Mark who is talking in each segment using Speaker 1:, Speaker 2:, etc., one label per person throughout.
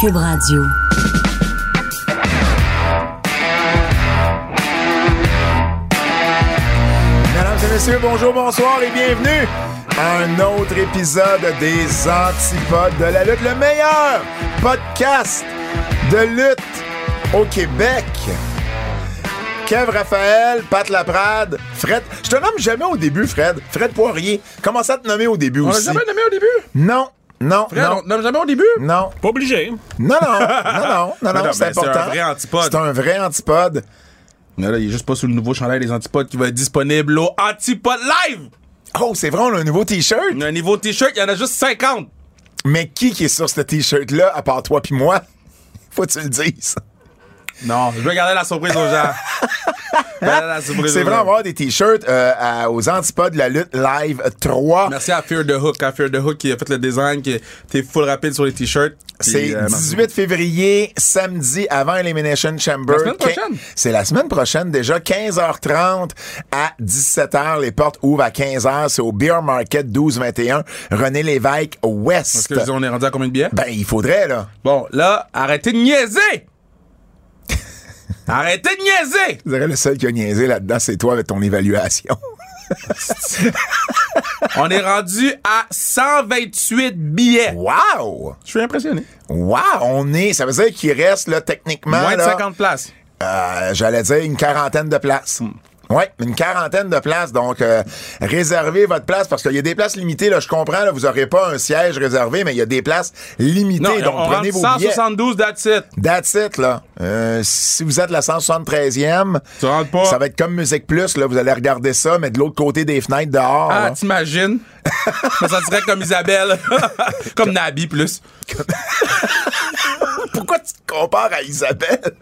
Speaker 1: Cube Radio.
Speaker 2: Mesdames et messieurs, bonjour, bonsoir et bienvenue à un autre épisode des Antipodes de la lutte, le meilleur podcast de lutte au Québec. Kev Raphaël, Pat Laprade, Fred. Je te nomme jamais au début, Fred. Fred Poirier. Commence à te nommer au début
Speaker 3: On l'a
Speaker 2: aussi.
Speaker 3: jamais nommé au début.
Speaker 2: Non, non,
Speaker 3: Fred,
Speaker 2: non.
Speaker 3: on te nomme jamais au début.
Speaker 2: Non,
Speaker 4: Pas obligé.
Speaker 2: non, non, non, non, non,
Speaker 3: Mais
Speaker 2: non,
Speaker 3: non,
Speaker 2: c'est
Speaker 3: mais c'est un
Speaker 2: important.
Speaker 3: vrai antipode.
Speaker 2: C'est un vrai antipode.
Speaker 3: Mais là, il est juste pas sous le nouveau chandail des antipodes qui va être disponible au Antipode Live.
Speaker 2: Oh, c'est vrai, on a un nouveau T-shirt.
Speaker 3: Il y a un niveau t-shirt, il y en a juste 50.
Speaker 2: Mais qui qui est sur ce t-shirt-là, à part toi puis moi? Faut que tu le dises.
Speaker 3: Non, je vais garder la surprise aux gens. Je vais garder la surprise
Speaker 2: C'est
Speaker 3: aux
Speaker 2: vrai,
Speaker 3: gens.
Speaker 2: on va avoir des t-shirts euh, à- aux antipodes de la lutte live 3.
Speaker 3: Merci à Fear the Hook, à Fear the Hook qui a fait le design, qui était full rapide sur les t-shirts. Puis,
Speaker 2: C'est
Speaker 3: euh, merci.
Speaker 2: 18 février, samedi, avant Elimination Chamber.
Speaker 3: La semaine
Speaker 2: Quin-
Speaker 3: prochaine.
Speaker 2: C'est la semaine prochaine déjà, 15h30 à 17h. Les portes ouvrent à 15h. C'est au Beer Market 1221, René Lévesque,
Speaker 3: Parce
Speaker 2: Ouest.
Speaker 3: que je dis, on est rendu à combien de billets?
Speaker 2: Ben, il faudrait, là.
Speaker 3: Bon, là, arrêtez de niaiser! arrêtez de niaiser!
Speaker 2: Je dirais le seul qui a niaisé là-dedans, c'est toi avec ton évaluation.
Speaker 3: On est rendu à 128 billets.
Speaker 2: Wow!
Speaker 3: Je suis impressionné.
Speaker 2: Wow! On est... Ça veut dire qu'il reste, là, techniquement...
Speaker 3: Moins de
Speaker 2: là,
Speaker 3: 50 places.
Speaker 2: Euh, j'allais dire une quarantaine de places.
Speaker 3: Hmm.
Speaker 2: Oui, une quarantaine de places. Donc, euh, réservez votre place parce qu'il y a des places limitées. Là, je comprends, là, vous n'aurez pas un siège réservé, mais il y a des places limitées.
Speaker 3: Non,
Speaker 2: donc,
Speaker 3: on
Speaker 2: prenez
Speaker 3: rentre
Speaker 2: vos billets.
Speaker 3: 172, that's it.
Speaker 2: That's it, là. Euh, si vous êtes la 173e,
Speaker 3: Tu rentres pas.
Speaker 2: ça va être comme Musique Plus. Là, vous allez regarder ça, mais de l'autre côté des fenêtres dehors.
Speaker 3: Ah,
Speaker 2: là.
Speaker 3: t'imagines? Je me sentirais comme Isabelle. comme Nabi, plus.
Speaker 2: Pourquoi tu te compares à Isabelle?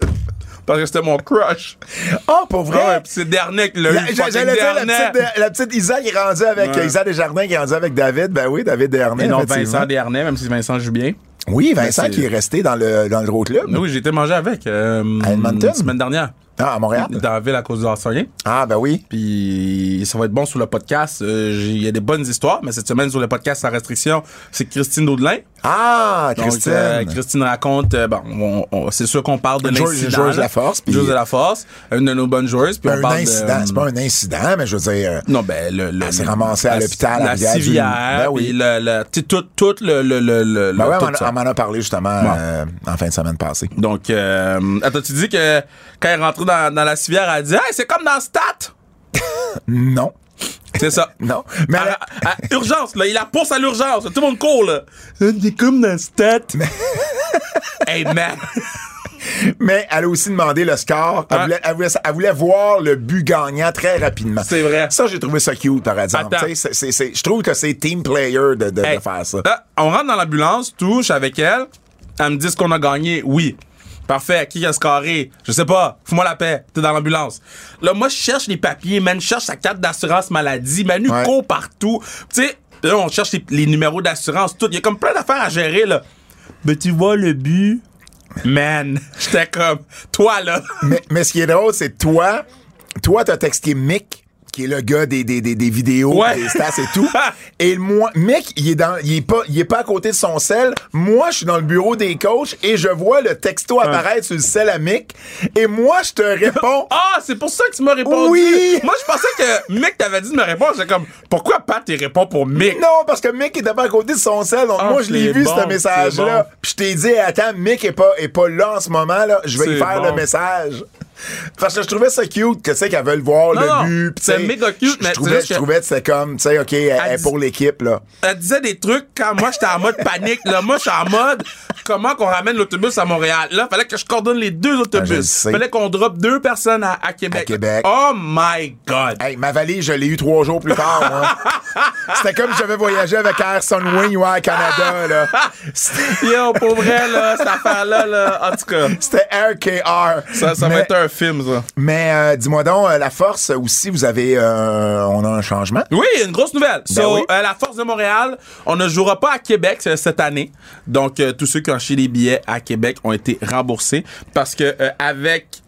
Speaker 3: Parce que c'était mon crush.
Speaker 2: Oh, pour vrai?
Speaker 3: Ah ouais, pis c'est Dernek, là.
Speaker 2: La- j'a- J'allais dire la petite, la petite Isa qui est rendue avec
Speaker 3: Ouais.
Speaker 2: Isa Desjardins qui est rendue avec David. Ben oui, David Dernay.
Speaker 3: Et non,
Speaker 2: effectivement.
Speaker 3: Vincent Dernay, même si Vincent joue bien.
Speaker 2: Oui, Vincent
Speaker 3: Mais c'est-
Speaker 2: qui est resté dans le, dans le gros club.
Speaker 3: Oui, j'ai été manger avec. Euh,
Speaker 2: À Edmonton?
Speaker 3: La semaine dernière.
Speaker 2: Ah, à Montréal.
Speaker 3: Dans la ville à cause de l'enseignant.
Speaker 2: Ah, ben oui.
Speaker 3: Puis ça va être bon sur le podcast. Euh, j'ai- Il y a des bonnes histoires, mais cette semaine sur le podcast sans restriction, c'est Christine Daudelin.
Speaker 2: Ah,
Speaker 3: Donc,
Speaker 2: Christine.
Speaker 3: euh, Christine raconte, euh, bon, on- on- c'est sûr qu'on parle de
Speaker 2: Une joueuse-
Speaker 3: l'incident.
Speaker 2: une joueuse de
Speaker 3: là.
Speaker 2: la force, puis- Ben,
Speaker 3: Une joueuse de la force, une de nos bonnes joueuses. Puis on
Speaker 2: un
Speaker 3: parle
Speaker 2: incident.
Speaker 3: de, euh,
Speaker 2: C'est pas un incident, mais je veux dire. euh,
Speaker 3: Non, ben, le. le
Speaker 2: Elle s'est ramassée à
Speaker 3: la-
Speaker 2: l'hôpital, à
Speaker 3: La
Speaker 2: Rivière du-
Speaker 3: civière.
Speaker 2: Ben oui.
Speaker 3: puis le, le- tu sais, tout, tout le. le, le, le-
Speaker 2: Ben
Speaker 3: le-
Speaker 2: ouais,
Speaker 3: tout
Speaker 2: on, en-
Speaker 3: ça.
Speaker 2: on m'en a parlé justement euh, en fin de semaine passée.
Speaker 3: Donc, euh, attends, tu dis que quand elle est rentrée dans, dans la civière, elle dit, hey, c'est comme dans Stat!
Speaker 2: Non.
Speaker 3: C'est ça.
Speaker 2: Non. Mais elle
Speaker 3: À,
Speaker 2: a-
Speaker 3: à- urgence, là, il la pousse à l'urgence. Tout le monde court, là. C'est comme dans Stat! hey, man!
Speaker 2: mais elle a aussi demandé le score. Elle,
Speaker 3: Ah.
Speaker 2: voulait, elle voulait- elle voulait voir le but gagnant très rapidement.
Speaker 3: C'est vrai.
Speaker 2: Ça, j'ai trouvé ça cute, par exemple.
Speaker 3: Attends.
Speaker 2: Tu sais, c'est- c'est- c'est- Je trouve que c'est team player de, de- de
Speaker 3: Hey,
Speaker 2: faire ça.
Speaker 3: là, on rentre dans l'ambulance, touche avec elle. Elle me dit ce qu'on a gagné. Oui. Parfait. Qui a scoré? Je sais pas. Fous-moi la paix. T'es dans l'ambulance. Là, moi, je cherche les papiers, man. Je cherche sa carte d'assurance maladie. Manu
Speaker 2: Ouais.
Speaker 3: court partout. Tu sais, là, on cherche les, les numéros d'assurance, tout. Il y a comme plein d'affaires à gérer, là. Mais tu vois le but? Man. J'étais comme, toi, là.
Speaker 2: Mais, mais ce qui est drôle, c'est toi, toi, t'as texté Mick, qui est le gars des, des, des, des vidéos,
Speaker 3: Ouais.
Speaker 2: des stats et tout. et moi, Mick, il est dans, il est pas, il est pas à côté de son sel. Moi, je suis dans le bureau des coachs et je vois le texto apparaître sur le sel à Mick. Et moi, je te réponds.
Speaker 3: Ah, c'est pour ça que tu m'as répondu.
Speaker 2: Oui.
Speaker 3: Moi, je pensais que Mick t'avait dit de me répondre. J'étais comme, pourquoi Pat, il répond pour Mick?
Speaker 2: Non, parce que Mick était pas à côté de son sel. Donc,
Speaker 3: Ah,
Speaker 2: moi, je l'ai
Speaker 3: c'est
Speaker 2: vu,
Speaker 3: bon,
Speaker 2: ce message-là.
Speaker 3: c'est bon.
Speaker 2: Puis, je t'ai dit, attends, Mick est pas, est pas là en ce moment, là. Je vais lui
Speaker 3: C'est
Speaker 2: faire
Speaker 3: bon.
Speaker 2: le message. Parce que je trouvais ça cute, que, tu sais, qu'elle veut le voir,
Speaker 3: Non,
Speaker 2: le
Speaker 3: non,
Speaker 2: but. puis, tu sais,
Speaker 3: c'est méga cute,
Speaker 2: je- je
Speaker 3: mais c'est
Speaker 2: trouvais,
Speaker 3: juste
Speaker 2: je
Speaker 3: que-
Speaker 2: trouvais que c'était comme, tu sais, OK, elle, elle est
Speaker 3: dit-
Speaker 2: pour l'équipe, là.
Speaker 3: elle disait des trucs quand moi j'étais en mode panique. Là, moi, je suis en mode comment qu'on ramène l'autobus à Montréal. Là, fallait que je coordonne les deux
Speaker 2: Ah, je le
Speaker 3: autobus.
Speaker 2: sais.
Speaker 3: fallait qu'on drop deux personnes à, à Québec.
Speaker 2: À Québec.
Speaker 3: Oh my God.
Speaker 2: Hey, ma valise, je l'ai eu trois jours plus tard, moi. C'était comme si j'avais voyagé avec Air Sunwing ou Air Canada, là. C'était
Speaker 3: Yo, pour vrai, là, cette affaire-là, là, en tout cas,
Speaker 2: c'était Air KR.
Speaker 3: ça, ça
Speaker 2: Mais-
Speaker 3: va être un film, ça.
Speaker 2: Mais euh, dis-moi donc, euh, la force euh, aussi, vous avez... euh, on a un changement.
Speaker 3: Oui, une grosse nouvelle. so,
Speaker 2: Ben oui.
Speaker 3: euh, la Force de Montréal, on ne jouera pas à Québec euh, cette année. Donc, euh, tous ceux qui ont acheté des billets à Québec ont été remboursés parce que euh, avec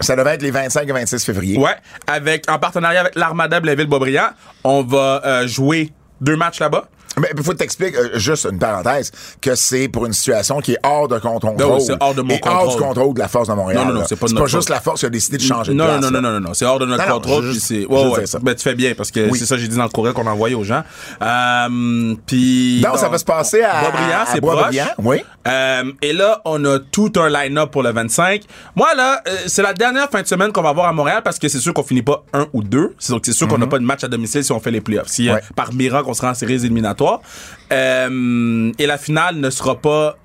Speaker 2: Ça devait être les 25 et 26 février.
Speaker 3: Ouais, avec en partenariat avec l'Armada Blainville Boisbriand, on va euh, jouer deux matchs là-bas.
Speaker 2: Mais il faut que t'expliquer, euh, juste une parenthèse, que c'est pour une situation qui est hors de ton contrôle.
Speaker 3: c'est hors de mon
Speaker 2: et hors du
Speaker 3: contrôle.
Speaker 2: contrôle de la force de Montréal.
Speaker 3: Non, non, non,
Speaker 2: là.
Speaker 3: c'est pas de
Speaker 2: C'est
Speaker 3: notre
Speaker 2: pas juste
Speaker 3: faute.
Speaker 2: la force qui a décidé de changer de
Speaker 3: non,
Speaker 2: place. là.
Speaker 3: non, non, non, non, non, c'est hors de notre
Speaker 2: Non, non,
Speaker 3: contrôle.
Speaker 2: je-
Speaker 3: puis c'est,
Speaker 2: je
Speaker 3: ouais,
Speaker 2: veux
Speaker 3: ouais.
Speaker 2: dire ça.
Speaker 3: Ben, tu fais bien parce que
Speaker 2: Oui.
Speaker 3: c'est ça que j'ai dit dans le courriel qu'on a envoyé aux gens. Euh, puis
Speaker 2: Non, Ben, ça va se passer à-
Speaker 3: Boisbriand,
Speaker 2: à
Speaker 3: c'est
Speaker 2: Boisbriand,
Speaker 3: proche.
Speaker 2: oui.
Speaker 3: Euh, et là, on a tout un line-up pour le 25. Moi, là, euh, c'est la dernière fin de semaine qu'on va avoir à Montréal parce que c'est sûr qu'on finit pas un ou deux. C'est sûr, c'est sûr qu'on n'a pas de match à domicile si on fait les playoffs. Si euh,
Speaker 2: Mhm. Ouais.
Speaker 3: par miracle, on sera en séries éliminatoires. Euh, et la finale ne sera pas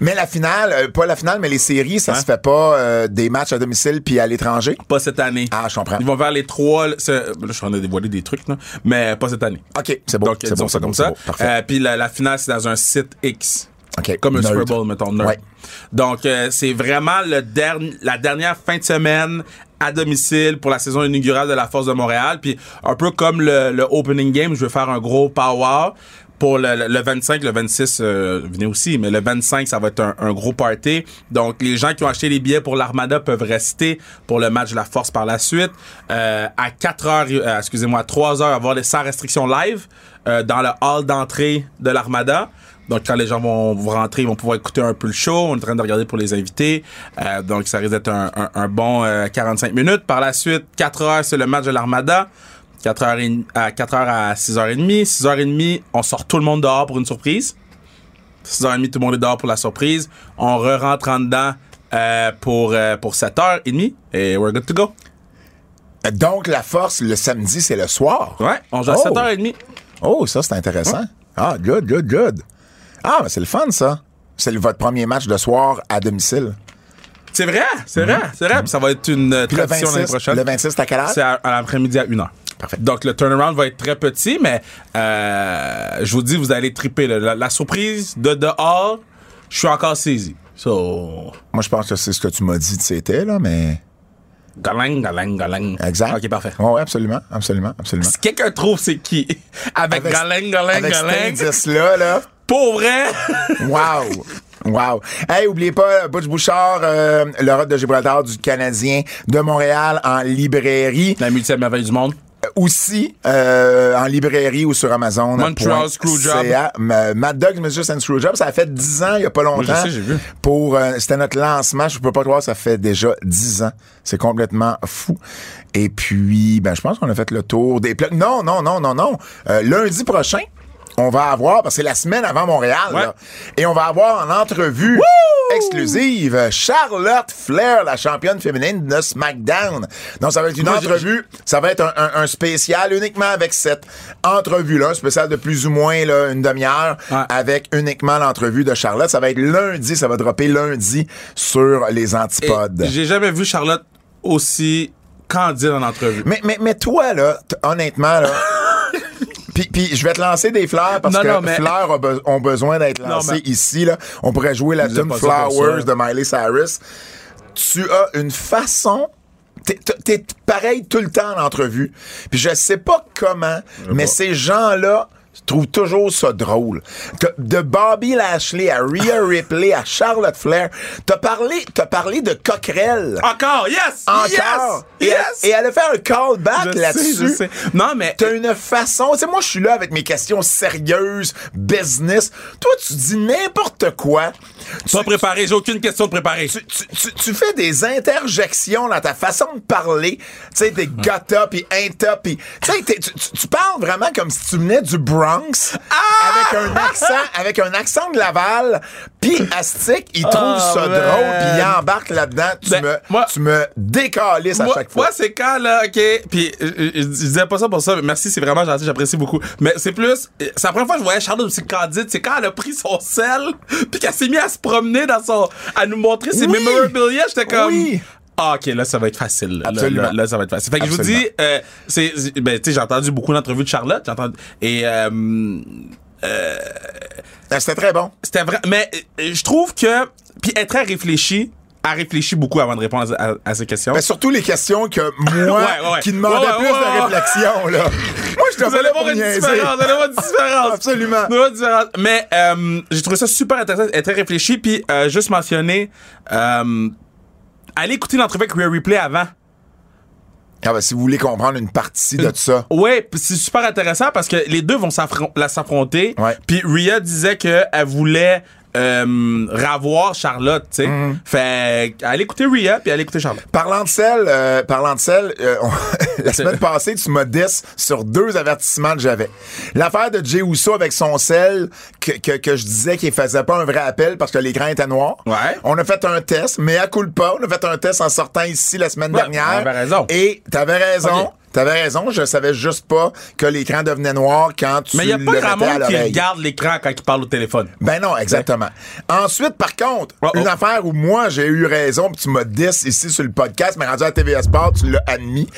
Speaker 2: Mais la finale, euh, pas la finale, mais les séries, ça
Speaker 3: Hein?
Speaker 2: se fait pas euh, des matchs à domicile puis à l'étranger.
Speaker 3: pas cette année.
Speaker 2: Ah, je comprends.
Speaker 3: Ils vont vers les trois. c'est- Là, je suis en train de dévoiler des trucs, là, mais pas cette année.
Speaker 2: OK, c'est bon.
Speaker 3: Donc,
Speaker 2: Oh, c'est
Speaker 3: disons
Speaker 2: bon,
Speaker 3: ça
Speaker 2: c'est bon,
Speaker 3: comme
Speaker 2: c'est
Speaker 3: ça.
Speaker 2: bon, parfait.
Speaker 3: Euh, puis la, la finale, c'est dans un site X.
Speaker 2: OK,
Speaker 3: Comme un
Speaker 2: neutre.
Speaker 3: Super Bowl, mettons. neutre.
Speaker 2: Ouais.
Speaker 3: Donc, euh, c'est vraiment le derni- la dernière fin de semaine à domicile pour la saison inaugurale de la Force de Montréal. Puis, un peu comme le, le opening game, je vais faire un gros power. Pour le, le- le 25, le 26, euh, venez aussi, mais le 25, ça va être un, un gros party. Donc, les gens qui ont acheté les billets pour l'Armada peuvent rester pour le match de la Force par la suite. Euh, à 4 heures, euh, excusez-moi, à 3 heures, avoir des sans restriction live euh, dans le hall d'entrée de l'Armada. Donc, quand les gens vont, vont rentrer, ils vont pouvoir écouter un peu le show. On est en train de regarder pour les invités. Euh, donc, ça risque d'être un, un- un bon euh, 45 minutes. Par la suite, 4 heures, c'est le match de l'Armada. 4 heures et dem- à 4 heures à 6h30. 6h30, on sort tout le monde dehors pour une surprise. 6h30, tout le monde est dehors pour la surprise. On re-rentre en dedans euh, pour, euh, pour 7h30. Et we're good to go.
Speaker 2: Donc, la force, le samedi, c'est le soir.
Speaker 3: Ouais, on joue à
Speaker 2: Oh.
Speaker 3: 7h30.
Speaker 2: Oh, ça, c'est intéressant. Ah, good, good, good. Ah, mais c'est le fun, ça. C'est le- votre premier match de soir à domicile.
Speaker 3: C'est vrai, c'est vrai, c'est vrai. Puis ça va être une euh,
Speaker 2: Mm-hmm. Puis le
Speaker 3: tradition l'année
Speaker 2: 26,
Speaker 3: prochaine.
Speaker 2: le 26, c'est à quelle heure?
Speaker 3: C'est à, à l'après-midi à 1h.
Speaker 2: Ah. Parfait.
Speaker 3: Donc, le turnaround va être très petit, mais euh, je vous dis, vous allez triper. là. La, la surprise de dehors, je suis encore saisi. So,
Speaker 2: Moi, je pense que c'est ce que tu m'as dit que c'était, là, mais...
Speaker 3: galang, galang, galang.
Speaker 2: Exact.
Speaker 3: OK, parfait.
Speaker 2: Oui, absolument, absolument, absolument.
Speaker 3: Si quelqu'un trouve c'est qui, avec,
Speaker 2: Avec-
Speaker 3: galang, galang,
Speaker 2: Avec
Speaker 3: galang,
Speaker 2: cet indice-là, là...
Speaker 3: pour vrai,
Speaker 2: Wow! Wow! Hey, oubliez pas, Butch Bouchard, euh, le rod de Gibraltar du Canadien de Montréal en librairie.
Speaker 3: la multième merveille du monde.
Speaker 2: Aussi euh, en librairie ou sur Amazon.
Speaker 3: Montreal Screwjob.
Speaker 2: .ca. M- Mad Dog, Monsieur and Screwjob, ça a fait 10 ans il y a pas longtemps.
Speaker 3: je sais, j'ai vu.
Speaker 2: Pour, euh, c'était notre lancement, je peux pas croire, ça fait déjà 10 ans. C'est complètement fou. Et puis, ben, je pense qu'on a fait le tour des plaques. Non, non, non, non, non. Euh, lundi prochain, on va avoir, parce que c'est la semaine avant Montréal,
Speaker 3: Ouais.
Speaker 2: là. et on va avoir en entrevue exclusive euh, Charlotte Flair, la championne féminine de SmackDown. Donc, ça va être une
Speaker 3: Moi, j'ai-
Speaker 2: entrevue, ça va être un, un- un spécial uniquement avec cette entrevue-là, un spécial de plus ou moins là, une demi-heure,
Speaker 3: Ouais.
Speaker 2: avec uniquement l'entrevue de Charlotte. Ça va être lundi, ça va dropper lundi sur les
Speaker 3: Et
Speaker 2: antipodes.
Speaker 3: J'ai jamais vu Charlotte aussi candide en entrevue.
Speaker 2: Mais, mais, mais toi, là, t- honnêtement, là. Puis, puis je vais te lancer des fleurs parce
Speaker 3: Non,
Speaker 2: que
Speaker 3: non, mais-
Speaker 2: fleurs a be- ont besoin d'être lancées
Speaker 3: mais-
Speaker 2: ici. Là. On pourrait jouer la
Speaker 3: Vous êtes
Speaker 2: tune
Speaker 3: pas ça pour
Speaker 2: Flowers
Speaker 3: ça.
Speaker 2: de Miley Cyrus. Tu as une façon. T'es- t'es- T'es pareil tout le temps en entrevue. Puis je sais pas comment, mais ces gens-là trouvent toujours ça drôle. T'as- De Bobby Lashley à Rhea Ripley à Charlotte Flair, t'as parlé, t'as parlé de coquerelle.
Speaker 3: Encore, yes!
Speaker 2: Encore!
Speaker 3: Yes!
Speaker 2: Et, elle-
Speaker 3: yes!
Speaker 2: et elle a fait un callback
Speaker 3: Je sais, je
Speaker 2: là-dessus.
Speaker 3: sais. Non, mais.
Speaker 2: T'as une façon. Tu sais, moi, je suis là avec mes questions sérieuses, business. Toi, tu dis n'importe quoi. Tu,
Speaker 3: Pas préparé, j'ai aucune question de préparer.
Speaker 2: tu, tu- tu- tu fais des interjections dans ta façon de parler. Tu sais, t'es gata puis inta puis. Tu sais, t'es- tu, tu- tu parles vraiment comme si tu venais du Bronx
Speaker 3: Ah!
Speaker 2: avec un accent, avec un accent de Laval. Puis Astic, il trouve
Speaker 3: Oh,
Speaker 2: ça
Speaker 3: man.
Speaker 2: drôle puis il embarque là-dedans. Tu
Speaker 3: Ben,
Speaker 2: me,
Speaker 3: moi-
Speaker 2: tu me décalisses à
Speaker 3: moi,
Speaker 2: chaque fois.
Speaker 3: moi, c'est quand, là, OK? Puis, je, je- je disais pas ça pour ça, mais merci, c'est vraiment gentil, j'apprécie beaucoup. Mais c'est plus... euh, C'est la première fois que je voyais Charlotte aussi candide, c'est quand elle a pris son sel, puis qu'elle s'est mise à se promener dans son... à nous montrer ses
Speaker 2: Oui.
Speaker 3: memorabilia, j'étais comme...
Speaker 2: Oui.
Speaker 3: Ah, OK, là, ça va être facile. là. Là,
Speaker 2: Absolument.
Speaker 3: Là, là, ça va être facile. Fait que je vous
Speaker 2: Absolument.
Speaker 3: dis, euh, c'est... c'est- Ben, tu sais, j'ai entendu beaucoup d'entrevues de Charlotte, j'ai entendu... Et... euh,
Speaker 2: Ah, C'était très bon.
Speaker 3: C'était vrai. Mais euh, je trouve que. Puis elle est très réfléchie. Elle réfléchit beaucoup avant de répondre à, à- à ces questions.
Speaker 2: Mais surtout les questions que moi,
Speaker 3: Ouais, ouais.
Speaker 2: qui demandaient
Speaker 3: Ouais, ouais,
Speaker 2: plus
Speaker 3: ouais,
Speaker 2: de
Speaker 3: ouais.
Speaker 2: réflexion, là. moi, je te
Speaker 3: vous allez
Speaker 2: voulais
Speaker 3: voir
Speaker 2: pour
Speaker 3: une
Speaker 2: niaiser.
Speaker 3: différence. Vous allez voir une différence.
Speaker 2: Absolument.
Speaker 3: Vous allez voir une différence. Mais euh, j'ai trouvé ça super intéressant. Elle est très réfléchie. Puis euh, juste mentionner. Euh, allez écouter l'entrevue avec Rhea Replay avant.
Speaker 2: Ah ben, si vous voulez comprendre une partie de ça.
Speaker 3: Ouais, pis c'est super intéressant parce que les deux vont s'affron- la- s'affronter.
Speaker 2: Ouais.
Speaker 3: Puis Rhea disait que elle voulait euh, ravoir Charlotte, tu sais.
Speaker 2: Mm-hmm.
Speaker 3: Fait allez écouter Rhea puis allez écouter Charlotte.
Speaker 2: Parlant de sel, euh, parlant de sel, euh, on- la semaine passée, tu m'as dis sur deux avertissements que j'avais. L'affaire de Jey Uso avec son sel, que, que, que je disais qu'il faisait pas un vrai appel parce que l'écran était noir.
Speaker 3: Ouais.
Speaker 2: On a fait un test, mais à coup pas, on a fait un test en sortant ici la semaine
Speaker 3: Ouais,
Speaker 2: dernière.
Speaker 3: on avait raison.
Speaker 2: Et t'avais raison.
Speaker 3: Ok.
Speaker 2: T'avais raison, je savais juste pas que l'écran devenait noir quand tu
Speaker 3: Mais il y a
Speaker 2: le
Speaker 3: pas
Speaker 2: mettais à
Speaker 3: grand monde qui
Speaker 2: l'oreille.
Speaker 3: regarde l'écran quand il parle au téléphone.
Speaker 2: Ben non, exactement. Ensuite, par contre,
Speaker 3: Oh, oh.
Speaker 2: une affaire où moi, j'ai eu raison, puis tu m'as dis ici sur le podcast, mais rendu à TVA Sport, tu l'as admis.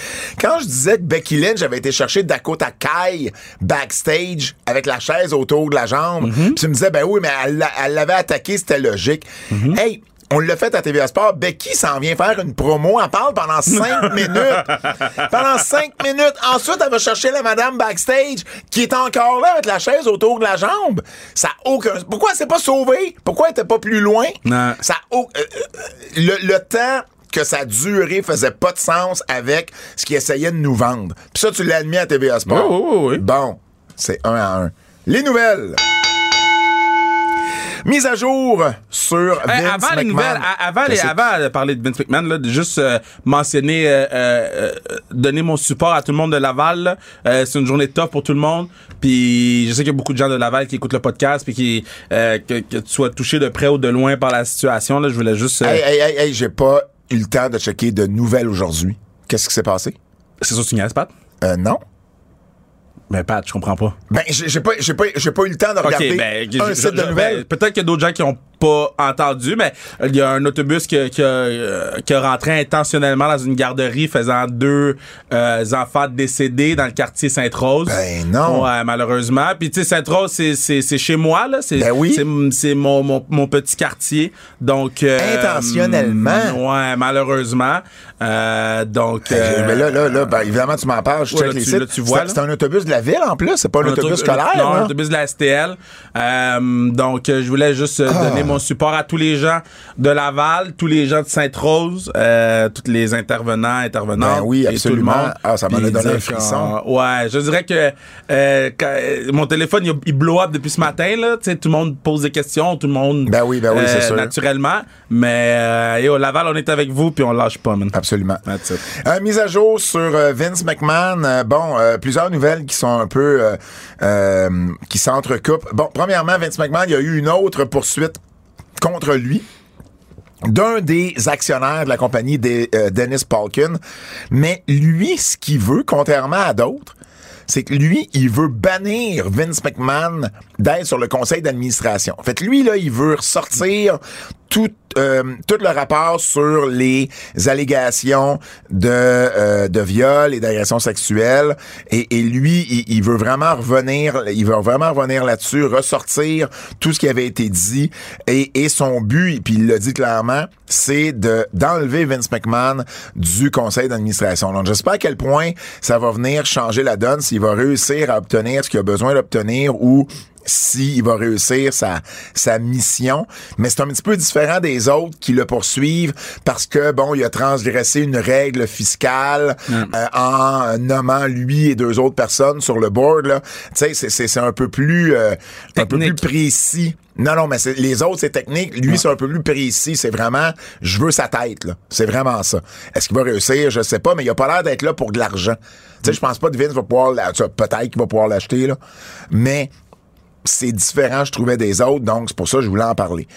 Speaker 2: Quand je disais que Becky Lynch avait été chercher Dakota Kai backstage avec la chaise autour de la jambe, puis tu me disais, ben oui, mais elle l'a- elle l'avait attaqué, c'était logique. Hey! On l'a fait à TVA Sport. Becky s'en vient faire une promo. Elle parle pendant cinq minutes. Pendant cinq minutes. Ensuite, elle va chercher la madame backstage qui est encore là avec la chaise autour de la jambe. Ça a aucun. Pourquoi elle s'est pas sauvée? Pourquoi elle était pas plus loin?
Speaker 3: Non.
Speaker 2: Ça a au- euh, euh, le, le temps que ça durait faisait pas de sens avec ce qu'ils essayaient de nous vendre. Puis ça, tu l'as admis à TVA Sport.
Speaker 3: Oui, oui, oui, oui.
Speaker 2: Bon, c'est un à un. Les nouvelles. Mise à jour sur Vince
Speaker 3: Hey, Eh, avant
Speaker 2: McMahon.
Speaker 3: les nouvelles, à- avant, les-
Speaker 2: Qu'est-ce que-
Speaker 3: avant de parler de Vince McMahon, là, de juste euh, mentionner, euh, euh, euh, donner mon support à tout le monde de Laval. là. Euh, c'est une journée top pour tout le monde. Puis je sais qu'il y a beaucoup de gens de Laval qui écoutent le podcast, puis qui euh, que, que tu sois touché de près ou de loin par la situation. Là, je voulais juste. euh,
Speaker 2: Hey, hey, hey, hey, j'ai pas eu le temps de checker de nouvelles aujourd'hui. Qu'est-ce qui s'est passé?
Speaker 3: C'est sur Signal, Pat.
Speaker 2: Euh, non.
Speaker 3: Mais Pat, je comprends pas.
Speaker 2: Ben, j'ai j'ai pas, j'ai pas, j'ai pas eu le temps de regarder
Speaker 3: je-
Speaker 2: un
Speaker 3: je-
Speaker 2: site de
Speaker 3: je-
Speaker 2: nouvelles.
Speaker 3: ben, Peut-être qu'il y a d'autres gens qui ont pas entendu, mais il y a un autobus qui, a- qui a, euh, qui a rentré intentionnellement dans une garderie faisant deux euh, enfants décédés dans le quartier Sainte-Rose.
Speaker 2: Ben non.
Speaker 3: Ouais, malheureusement. Puis tu sais, Sainte-Rose, c'est- c'est c'est chez moi, là. C'est-
Speaker 2: Ben oui.
Speaker 3: c'est- C'est mon, mon, mon petit quartier. Donc. euh,
Speaker 2: Intentionnellement.
Speaker 3: Ouais, malheureusement. Euh, donc.
Speaker 2: Euh,
Speaker 3: euh,
Speaker 2: mais là, là, là, ben, évidemment, tu m'en parles, je
Speaker 3: Ouais,
Speaker 2: check
Speaker 3: là,
Speaker 2: les
Speaker 3: tu-
Speaker 2: sites.
Speaker 3: là, tu vois,
Speaker 2: C'est-
Speaker 3: là.
Speaker 2: C'est un autobus de la ville, en plus. C'est pas un, autobus
Speaker 3: auto-
Speaker 2: scolaire, hein?
Speaker 3: Non, un
Speaker 2: là.
Speaker 3: autobus de la STL. Euh, donc, euh, je voulais juste euh,
Speaker 2: Ah.
Speaker 3: donner mon support à tous les gens de Laval, tous les gens de Sainte-Rose, euh, tous les intervenants, intervenantes.
Speaker 2: Ben oui,
Speaker 3: et tout le
Speaker 2: absolument.
Speaker 3: monde.
Speaker 2: Ah, ça m'en a
Speaker 3: Puis
Speaker 2: donné un
Speaker 3: dire
Speaker 2: frisson.
Speaker 3: qu'on- Ouais, je dirais que euh, quand- euh, mon téléphone, il, il blow up depuis ce matin. Là, Tu sais, tout le monde pose des questions, tout le monde. euh,
Speaker 2: Ben oui, ben oui, c'est sûr.
Speaker 3: Naturellement. Mais euh, yo, Laval, on est avec vous, puis on lâche pas, man.
Speaker 2: Absolument.
Speaker 3: That's it.
Speaker 2: Euh, mise à jour sur euh, Vince McMahon. Euh, bon, euh, plusieurs nouvelles qui sont un peu euh, euh, qui s'entrecoupent. Bon, premièrement, Vince McMahon, il y a eu une autre poursuite contre lui d'un des actionnaires de la compagnie des, euh, Dennis Palkin. Mais lui, ce qu'il veut, contrairement à d'autres, c'est que lui, il veut bannir Vince McMahon d'être sur le conseil d'administration. En fait, lui, là, il veut ressortir tout, euh, tout le rapport sur les allégations de, euh, de viol et d'agression sexuelle. Et, et lui, il, il veut vraiment revenir, il veut vraiment revenir là-dessus, ressortir tout ce qui avait été dit. Et, et son but, et puis il l'a dit clairement, c'est de d'enlever Vince McMahon du conseil d'administration. Donc, j'espère à quel point ça va venir changer la donne, s'il va réussir à obtenir ce qu'il a besoin d'obtenir ou s'il va réussir sa, sa mission. Mais c'est un petit peu différent des autres qui le poursuivent parce que, bon, il a transgressé une règle fiscale euh, en nommant lui et deux autres personnes sur le board. là. Tu sais, c'est- c'est c'est un peu plus... euh, un peu plus
Speaker 3: Technique.
Speaker 2: précis. Non, non, mais c'est- les autres, c'est technique. Lui, c'est un peu plus précis. C'est vraiment, je veux sa tête, là. C'est vraiment ça. Est-ce qu'il va réussir? Je sais pas, mais il a pas l'air d'être là pour de l'argent. Tu sais, je pense pas que Vince va pouvoir, la- tu sais, peut-être qu'il va pouvoir l'acheter, là. Mais c'est différent, je trouvais, des autres. Donc, c'est pour ça que je voulais en parler.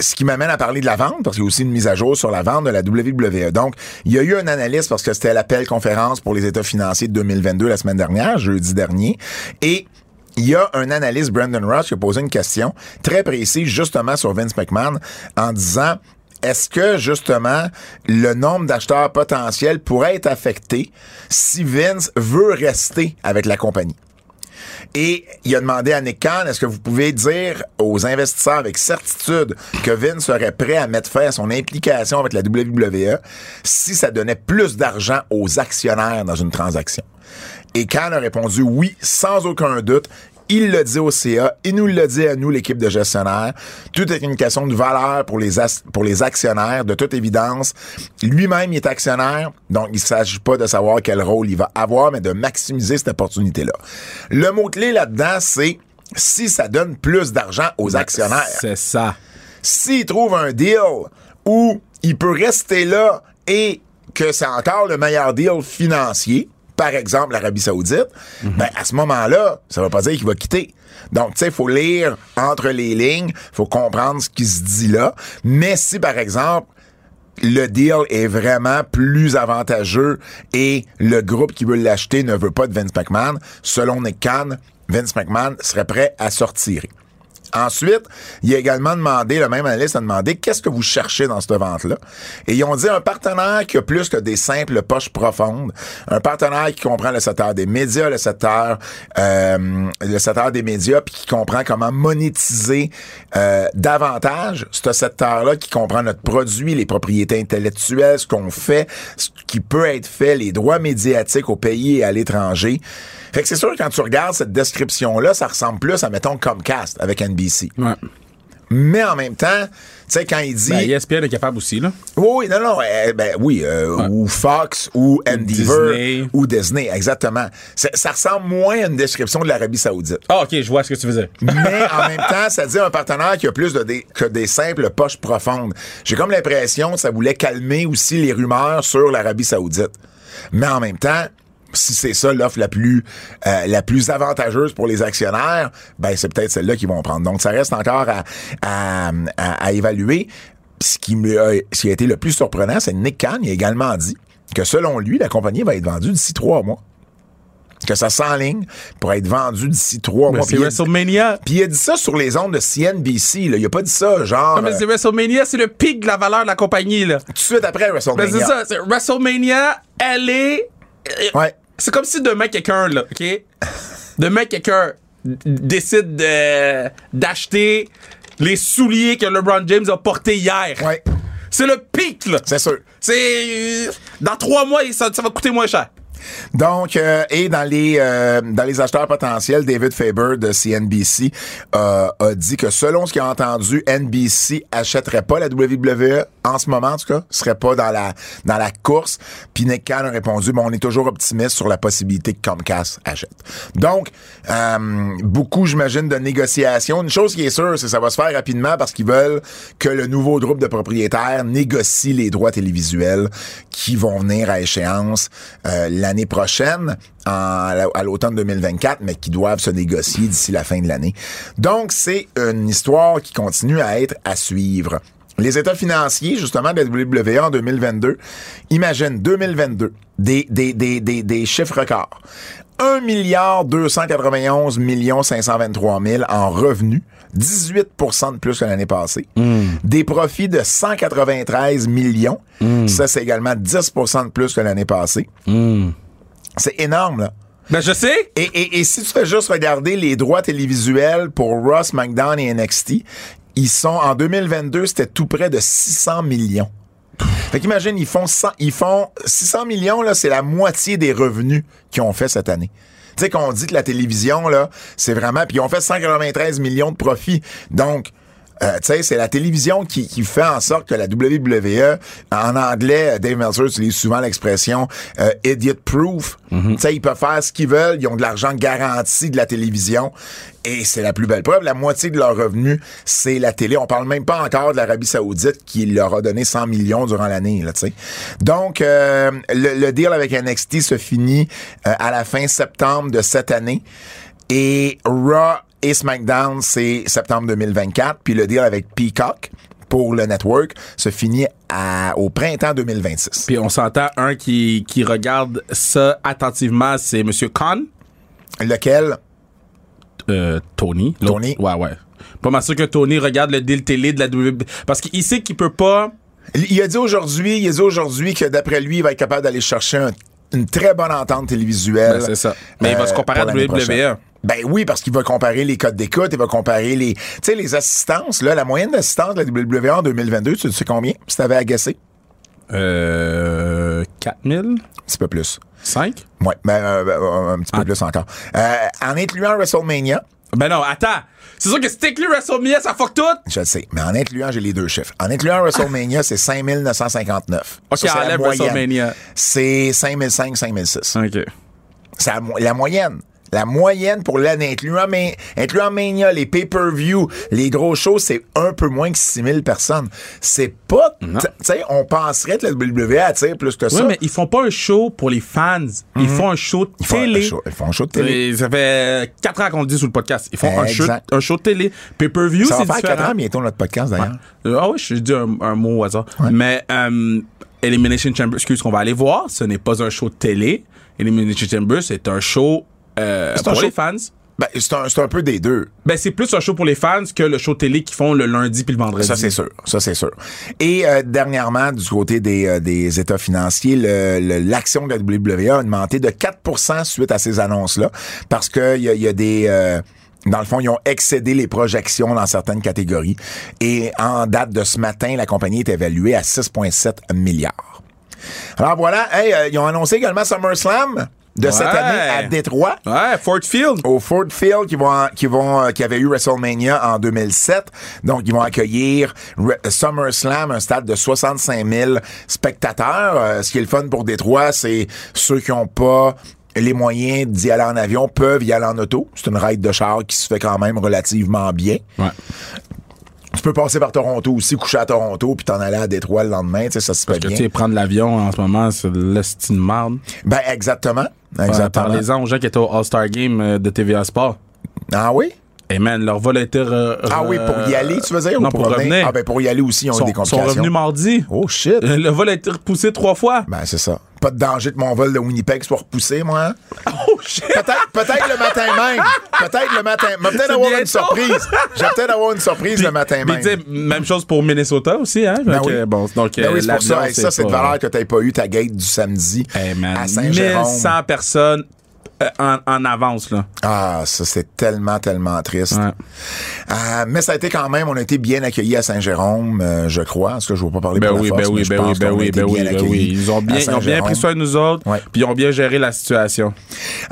Speaker 2: Ce qui m'amène à parler de la vente, parce qu'il y a aussi une mise à jour sur la vente de la WWE. Donc, il y a eu un analyste parce que c'était l'appel conférence pour les états financiers de 2022 la semaine dernière, jeudi dernier. Et il y a un analyste, Brandon Ross, qui a posé une question très précise justement sur Vince McMahon en disant est-ce que justement le nombre d'acheteurs potentiels pourrait être affecté si Vince veut rester avec la compagnie? Et il a demandé à Nick Khan, est-ce que vous pouvez dire aux investisseurs avec certitude que Vince serait prêt à mettre fin à son implication avec la WWE si ça donnait plus d'argent aux actionnaires dans une transaction? Et Khan a répondu oui, sans aucun doute, Il le dit au CA, il nous le dit à nous, l'équipe de gestionnaires. Tout est une question de valeur pour les, as- pour les actionnaires, de toute évidence. Lui-même, il est actionnaire, donc il ne s'agit pas de savoir quel rôle il va avoir, mais de maximiser cette opportunité-là. Le mot-clé là-dedans, c'est si ça donne plus d'argent
Speaker 3: Ben,
Speaker 2: aux actionnaires.
Speaker 3: C'est ça.
Speaker 2: S'il trouve un deal où il peut rester là et que c'est encore le meilleur deal financier, par exemple l'Arabie Saoudite, ben à ce moment-là, ça ne veut pas dire qu'il va quitter. Donc, tu sais, il faut lire entre les lignes, faut comprendre ce qui se dit là. Mais si, par exemple, le deal est vraiment plus avantageux et le groupe qui veut l'acheter ne veut pas de Vince McMahon, selon Nick Khan, Vince McMahon serait prêt à sortir. Ensuite, il a également demandé, le même analyste a demandé, qu'est-ce que vous cherchez dans cette vente-là? Et ils ont dit un partenaire qui a plus que des simples poches profondes, un partenaire qui comprend le secteur des médias, le secteur, euh, le secteur des médias, puis qui comprend comment monétiser euh, davantage ce secteur-là, qui comprend notre produit, les propriétés intellectuelles, ce qu'on fait, ce qui peut être fait, les droits médiatiques au pays et à l'étranger. Fait que c'est sûr, que quand tu regardes cette description-là, ça ressemble plus à, mettons, Comcast avec NBC.
Speaker 3: Ouais.
Speaker 2: Mais en même temps, tu sais, quand il dit...
Speaker 3: Ben, ESPN est capable aussi, là.
Speaker 2: Oui, non, non, euh, ben oui, euh, ou Fox, ou Endeavor,
Speaker 3: Disney.
Speaker 2: ou Disney, exactement. C'est- Ça ressemble moins à une description de l'Arabie Saoudite.
Speaker 3: Ah, OK, je vois ce que tu faisais.
Speaker 2: Mais en même temps, ça dit un partenaire qui a plus de des- que des simples poches profondes. J'ai comme l'impression que ça voulait calmer aussi les rumeurs sur l'Arabie Saoudite. Mais en même temps, si c'est ça l'offre la plus euh, la plus avantageuse pour les actionnaires, ben c'est peut-être celle-là qu'ils vont prendre. Donc ça reste encore à, à, à- à évaluer. Ce qui, me- euh, ce qui a été le plus surprenant, c'est que Nick Khan il a également dit que selon lui, la compagnie va être vendue d'ici trois mois. Que ça s'enligne pour être vendue d'ici trois
Speaker 3: Ben,
Speaker 2: mois.
Speaker 3: c'est
Speaker 2: Puis il a-
Speaker 3: WrestleMania.
Speaker 2: puis il a dit ça sur les ondes de CNBC. Là. Il a pas dit ça, genre,
Speaker 3: Non, mais c'est
Speaker 2: euh,
Speaker 3: WrestleMania, c'est le pic de la valeur de la compagnie, là.
Speaker 2: tout de suite après
Speaker 3: Ben,
Speaker 2: WrestleMania.
Speaker 3: c'est ça, c'est WrestleMania, elle est.
Speaker 2: Ouais.
Speaker 3: C'est comme si demain quelqu'un, là, OK? Demain quelqu'un d- décide de- d'acheter les souliers que LeBron James a portés hier.
Speaker 2: Ouais.
Speaker 3: C'est le pic, là.
Speaker 2: C'est sûr.
Speaker 3: C'est. Dans trois mois, ça, ça va coûter moins cher.
Speaker 2: Donc, euh, et dans les euh, dans les acheteurs potentiels, David Faber de CNBC euh, a dit que selon ce qu'il a entendu, NBC achèterait pas la WWE en ce moment, en tout cas, serait pas dans la dans la course. Puis Nick Khan a répondu, bon, on est toujours optimiste sur la possibilité que Comcast achète. Donc, euh, beaucoup, j'imagine, de négociations. Une chose qui est sûre, c'est que ça va se faire rapidement parce qu'ils veulent que le nouveau groupe de propriétaires négocie les droits télévisuels qui vont venir à échéance euh, l'année prochaine, en- à l'automne 2024, mais qui doivent se négocier d'ici la fin de l'année. Donc, c'est une histoire qui continue à être à suivre. Les états financiers, justement, de la WWE en 2022, imagine 2022, des, des, des, des, des chiffres records. 1 milliard 291 millions 523 000 en revenus, 18 de plus que l'année passée. Des profits de 193 millions, ça c'est également 10 de plus que l'année passée. C'est énorme, là.
Speaker 3: Ben, je sais.
Speaker 2: Et, et- et si tu fais juste regarder les droits télévisuels pour Ross, McDonald et NXT, ils sont en 2022, c'était tout près de 600 millions. Fait qu'imagine, ils font 100 ils font 600 millions là, c'est la moitié des revenus qu'ils ont fait cette année. Tu sais qu'on dit que la télévision là, c'est vraiment puis ils ont fait 193 millions de profits. Donc euh, tu sais, c'est la télévision qui, qui fait en sorte que la WWE, en anglais, Dave Meltzer utilise souvent l'expression euh, idiot proof. Tu sais, ils peuvent faire ce qu'ils veulent, ils ont de l'argent garanti de la télévision et c'est la plus belle preuve. La moitié de leurs revenus, c'est la télé. On parle même pas encore de l'Arabie Saoudite qui leur a donné 100 millions durant l'année, là, tu sais. Donc, euh, le, le deal avec NXT se finit euh, à la fin septembre de cette année. Et Raw et SmackDown, c'est septembre 2024. Puis le deal avec Peacock pour le network se finit à- au printemps 2026.
Speaker 3: Puis on s'entend, un qui, qui regarde ça attentivement, c'est M. Khan.
Speaker 2: Lequel?
Speaker 3: Euh, Tony. L'autre-
Speaker 2: Tony.
Speaker 3: Ouais, ouais. Pas mal sûr que Tony regarde le deal télé de la WWE. Parce qu'il sait qu'il peut pas.
Speaker 2: Il a dit aujourd'hui, il a dit aujourd'hui que d'après lui, il va être capable d'aller chercher un- une très bonne entente télévisuelle.
Speaker 3: Ben, c'est ça. Mais il va se comparer
Speaker 2: Euh, pour
Speaker 3: à E.
Speaker 2: l'année
Speaker 3: WWE.
Speaker 2: prochaine. Ben oui, parce qu'il va comparer les codes d'écoute, il va comparer les, tu sais, les assistances, là, la moyenne d'assistance de la WWE en 2022, tu sais combien? Si t'avais agacé?
Speaker 3: Euh. 4000?
Speaker 2: Un petit peu plus.
Speaker 3: 5? Ah.
Speaker 2: Ouais, ben, euh, ben, euh, un petit peu plus encore. Euh, en incluant WrestleMania,
Speaker 3: Ben non, attends. C'est sûr que si t'éclus WrestleMania, ça fuck tout.
Speaker 2: Je le sais. Mais en incluant, j'ai les deux chiffres. En incluant WrestleMania, c'est 5959.
Speaker 3: Ah. Ok,
Speaker 2: Ça, c'est la
Speaker 3: enlève
Speaker 2: moyenne.
Speaker 3: WrestleMania.
Speaker 2: C'est 5005, 5006.
Speaker 3: OK.
Speaker 2: C'est la, mo- la moyenne. La moyenne pour l'année, incluant, mais, incluant Mania, les pay-per-view, les gros shows, c'est un peu moins que 6000 personnes. C'est pas... Tu sais, on penserait que la WWE attire plus que
Speaker 3: Oui,
Speaker 2: ça. Mhm.
Speaker 3: mais ils font pas un show pour les fans. Ils font un show de
Speaker 2: ils font,
Speaker 3: télé.
Speaker 2: un show- ils font un show de télé.
Speaker 3: Et Ça fait 4 ans qu'on le dit sur le podcast. Ils font un show,
Speaker 2: Exact.
Speaker 3: un show de télé. Pay-per-view,
Speaker 2: Ça
Speaker 3: c'est
Speaker 2: va faire
Speaker 3: différent.
Speaker 2: 4 ans bientôt notre podcast, d'ailleurs.
Speaker 3: Euh, Ah oui, je dis un, un mot au hasard. Mais euh, Elimination Chamber, excuse qu'on va aller voir, ce n'est pas un show de télé. Elimination Chamber, c'est un show euh,
Speaker 2: un
Speaker 3: pour
Speaker 2: show-
Speaker 3: les fans.
Speaker 2: Ben, c'est un, c'est un peu des deux.
Speaker 3: Ben, c'est plus un show pour les fans que le show télé qu'ils font le lundi puis le vendredi.
Speaker 2: Ça, c'est sûr. Ça, c'est sûr. Et euh, dernièrement, du côté des, euh, des États financiers, le- le- l'action de la WWE a augmenté de 4 suite à ces annonces-là, parce que il y a, il y a des... euh, dans le fond, ils ont excédé les projections dans certaines catégories. Et en date de ce matin, la compagnie est évaluée à 6,7 milliards. Alors voilà, hey, euh, ils ont annoncé également SummerSlam de cette
Speaker 3: Ouais.
Speaker 2: année à Détroit
Speaker 3: Ouais, Fort Field.
Speaker 2: au Ford Field qui vont qui vont euh, qui avait eu WrestleMania en 2007. Donc ils vont accueillir Re- euh, SummerSlam, un stade de 65 000 spectateurs. Euh, ce qui est le fun pour Détroit, c'est ceux qui ont pas les moyens d'y aller en avion peuvent y aller en auto. C'est une ride de char qui se fait quand même relativement bien.
Speaker 3: Ouais.
Speaker 2: Tu peux passer par Toronto aussi, coucher à Toronto, puis t'en aller à Détroit le lendemain, tu sais, ça se fait
Speaker 3: Que, tu
Speaker 2: bien.
Speaker 3: sais, prendre l'avion en ce moment, c'est de l'estime marde.
Speaker 2: Ben exactement.
Speaker 3: Euh,
Speaker 2: Exactement.
Speaker 3: Parlez-en aux gens qui étaient au All-Star Game euh, de TVA Sport.
Speaker 2: Ah oui?
Speaker 3: Et man, leur vol a été. re-
Speaker 2: Ah oui, pour y
Speaker 3: re-
Speaker 2: aller, tu veux dire? ou
Speaker 3: Euh, Non, pour, revenir.
Speaker 2: Ah ben pour y aller aussi, on a eu des
Speaker 3: Ils sont, sont
Speaker 2: complications.
Speaker 3: revenus mardi.
Speaker 2: Oh shit!
Speaker 3: Le vol a été repoussé trois fois.
Speaker 2: Ben, c'est ça. Pas de danger que mon vol de Winnipeg soit repoussé, moi. hein?
Speaker 3: Oh shit!
Speaker 2: Peut-être peut-être le matin même. Peut-être le matin. Mais peut-être
Speaker 3: C'est
Speaker 2: avoir une
Speaker 3: bientôt.
Speaker 2: surprise. J'ai peut-être avoir une surprise le matin
Speaker 3: Mais
Speaker 2: même.
Speaker 3: tu sais, même chose pour Minnesota aussi, hein?
Speaker 2: Ben
Speaker 3: Donc,
Speaker 2: oui.
Speaker 3: euh, bon, donc,
Speaker 2: Ben
Speaker 3: euh,
Speaker 2: oui, c'est pour ça.
Speaker 3: l'avion,
Speaker 2: Hey, ça, c'est de
Speaker 3: pas-
Speaker 2: valeur que t'aies pas eu ta gate du samedi
Speaker 3: Hey, man,
Speaker 2: à Saint-Jérôme.
Speaker 3: 1100 personnes euh, en, en avance, là.
Speaker 2: Ah, ça, c'est tellement, tellement triste.
Speaker 3: Ouais.
Speaker 2: Ah, mais ça a été quand même, on a été bien accueillis à Saint-Jérôme, euh, je crois. Parce que je ne veux pas parler
Speaker 3: Ben
Speaker 2: pour la
Speaker 3: oui,
Speaker 2: force,
Speaker 3: ben
Speaker 2: mais
Speaker 3: oui,
Speaker 2: je
Speaker 3: ben oui,
Speaker 2: pense
Speaker 3: ben
Speaker 2: qu'on a
Speaker 3: oui,
Speaker 2: été
Speaker 3: ben oui,
Speaker 2: bien
Speaker 3: ben oui.
Speaker 2: accueillis
Speaker 3: Ils ont bien,
Speaker 2: à
Speaker 3: ils ont bien
Speaker 2: Saint-Jérôme.
Speaker 3: pris soin de nous autres,
Speaker 2: Ouais.
Speaker 3: puis ils ont bien géré la situation.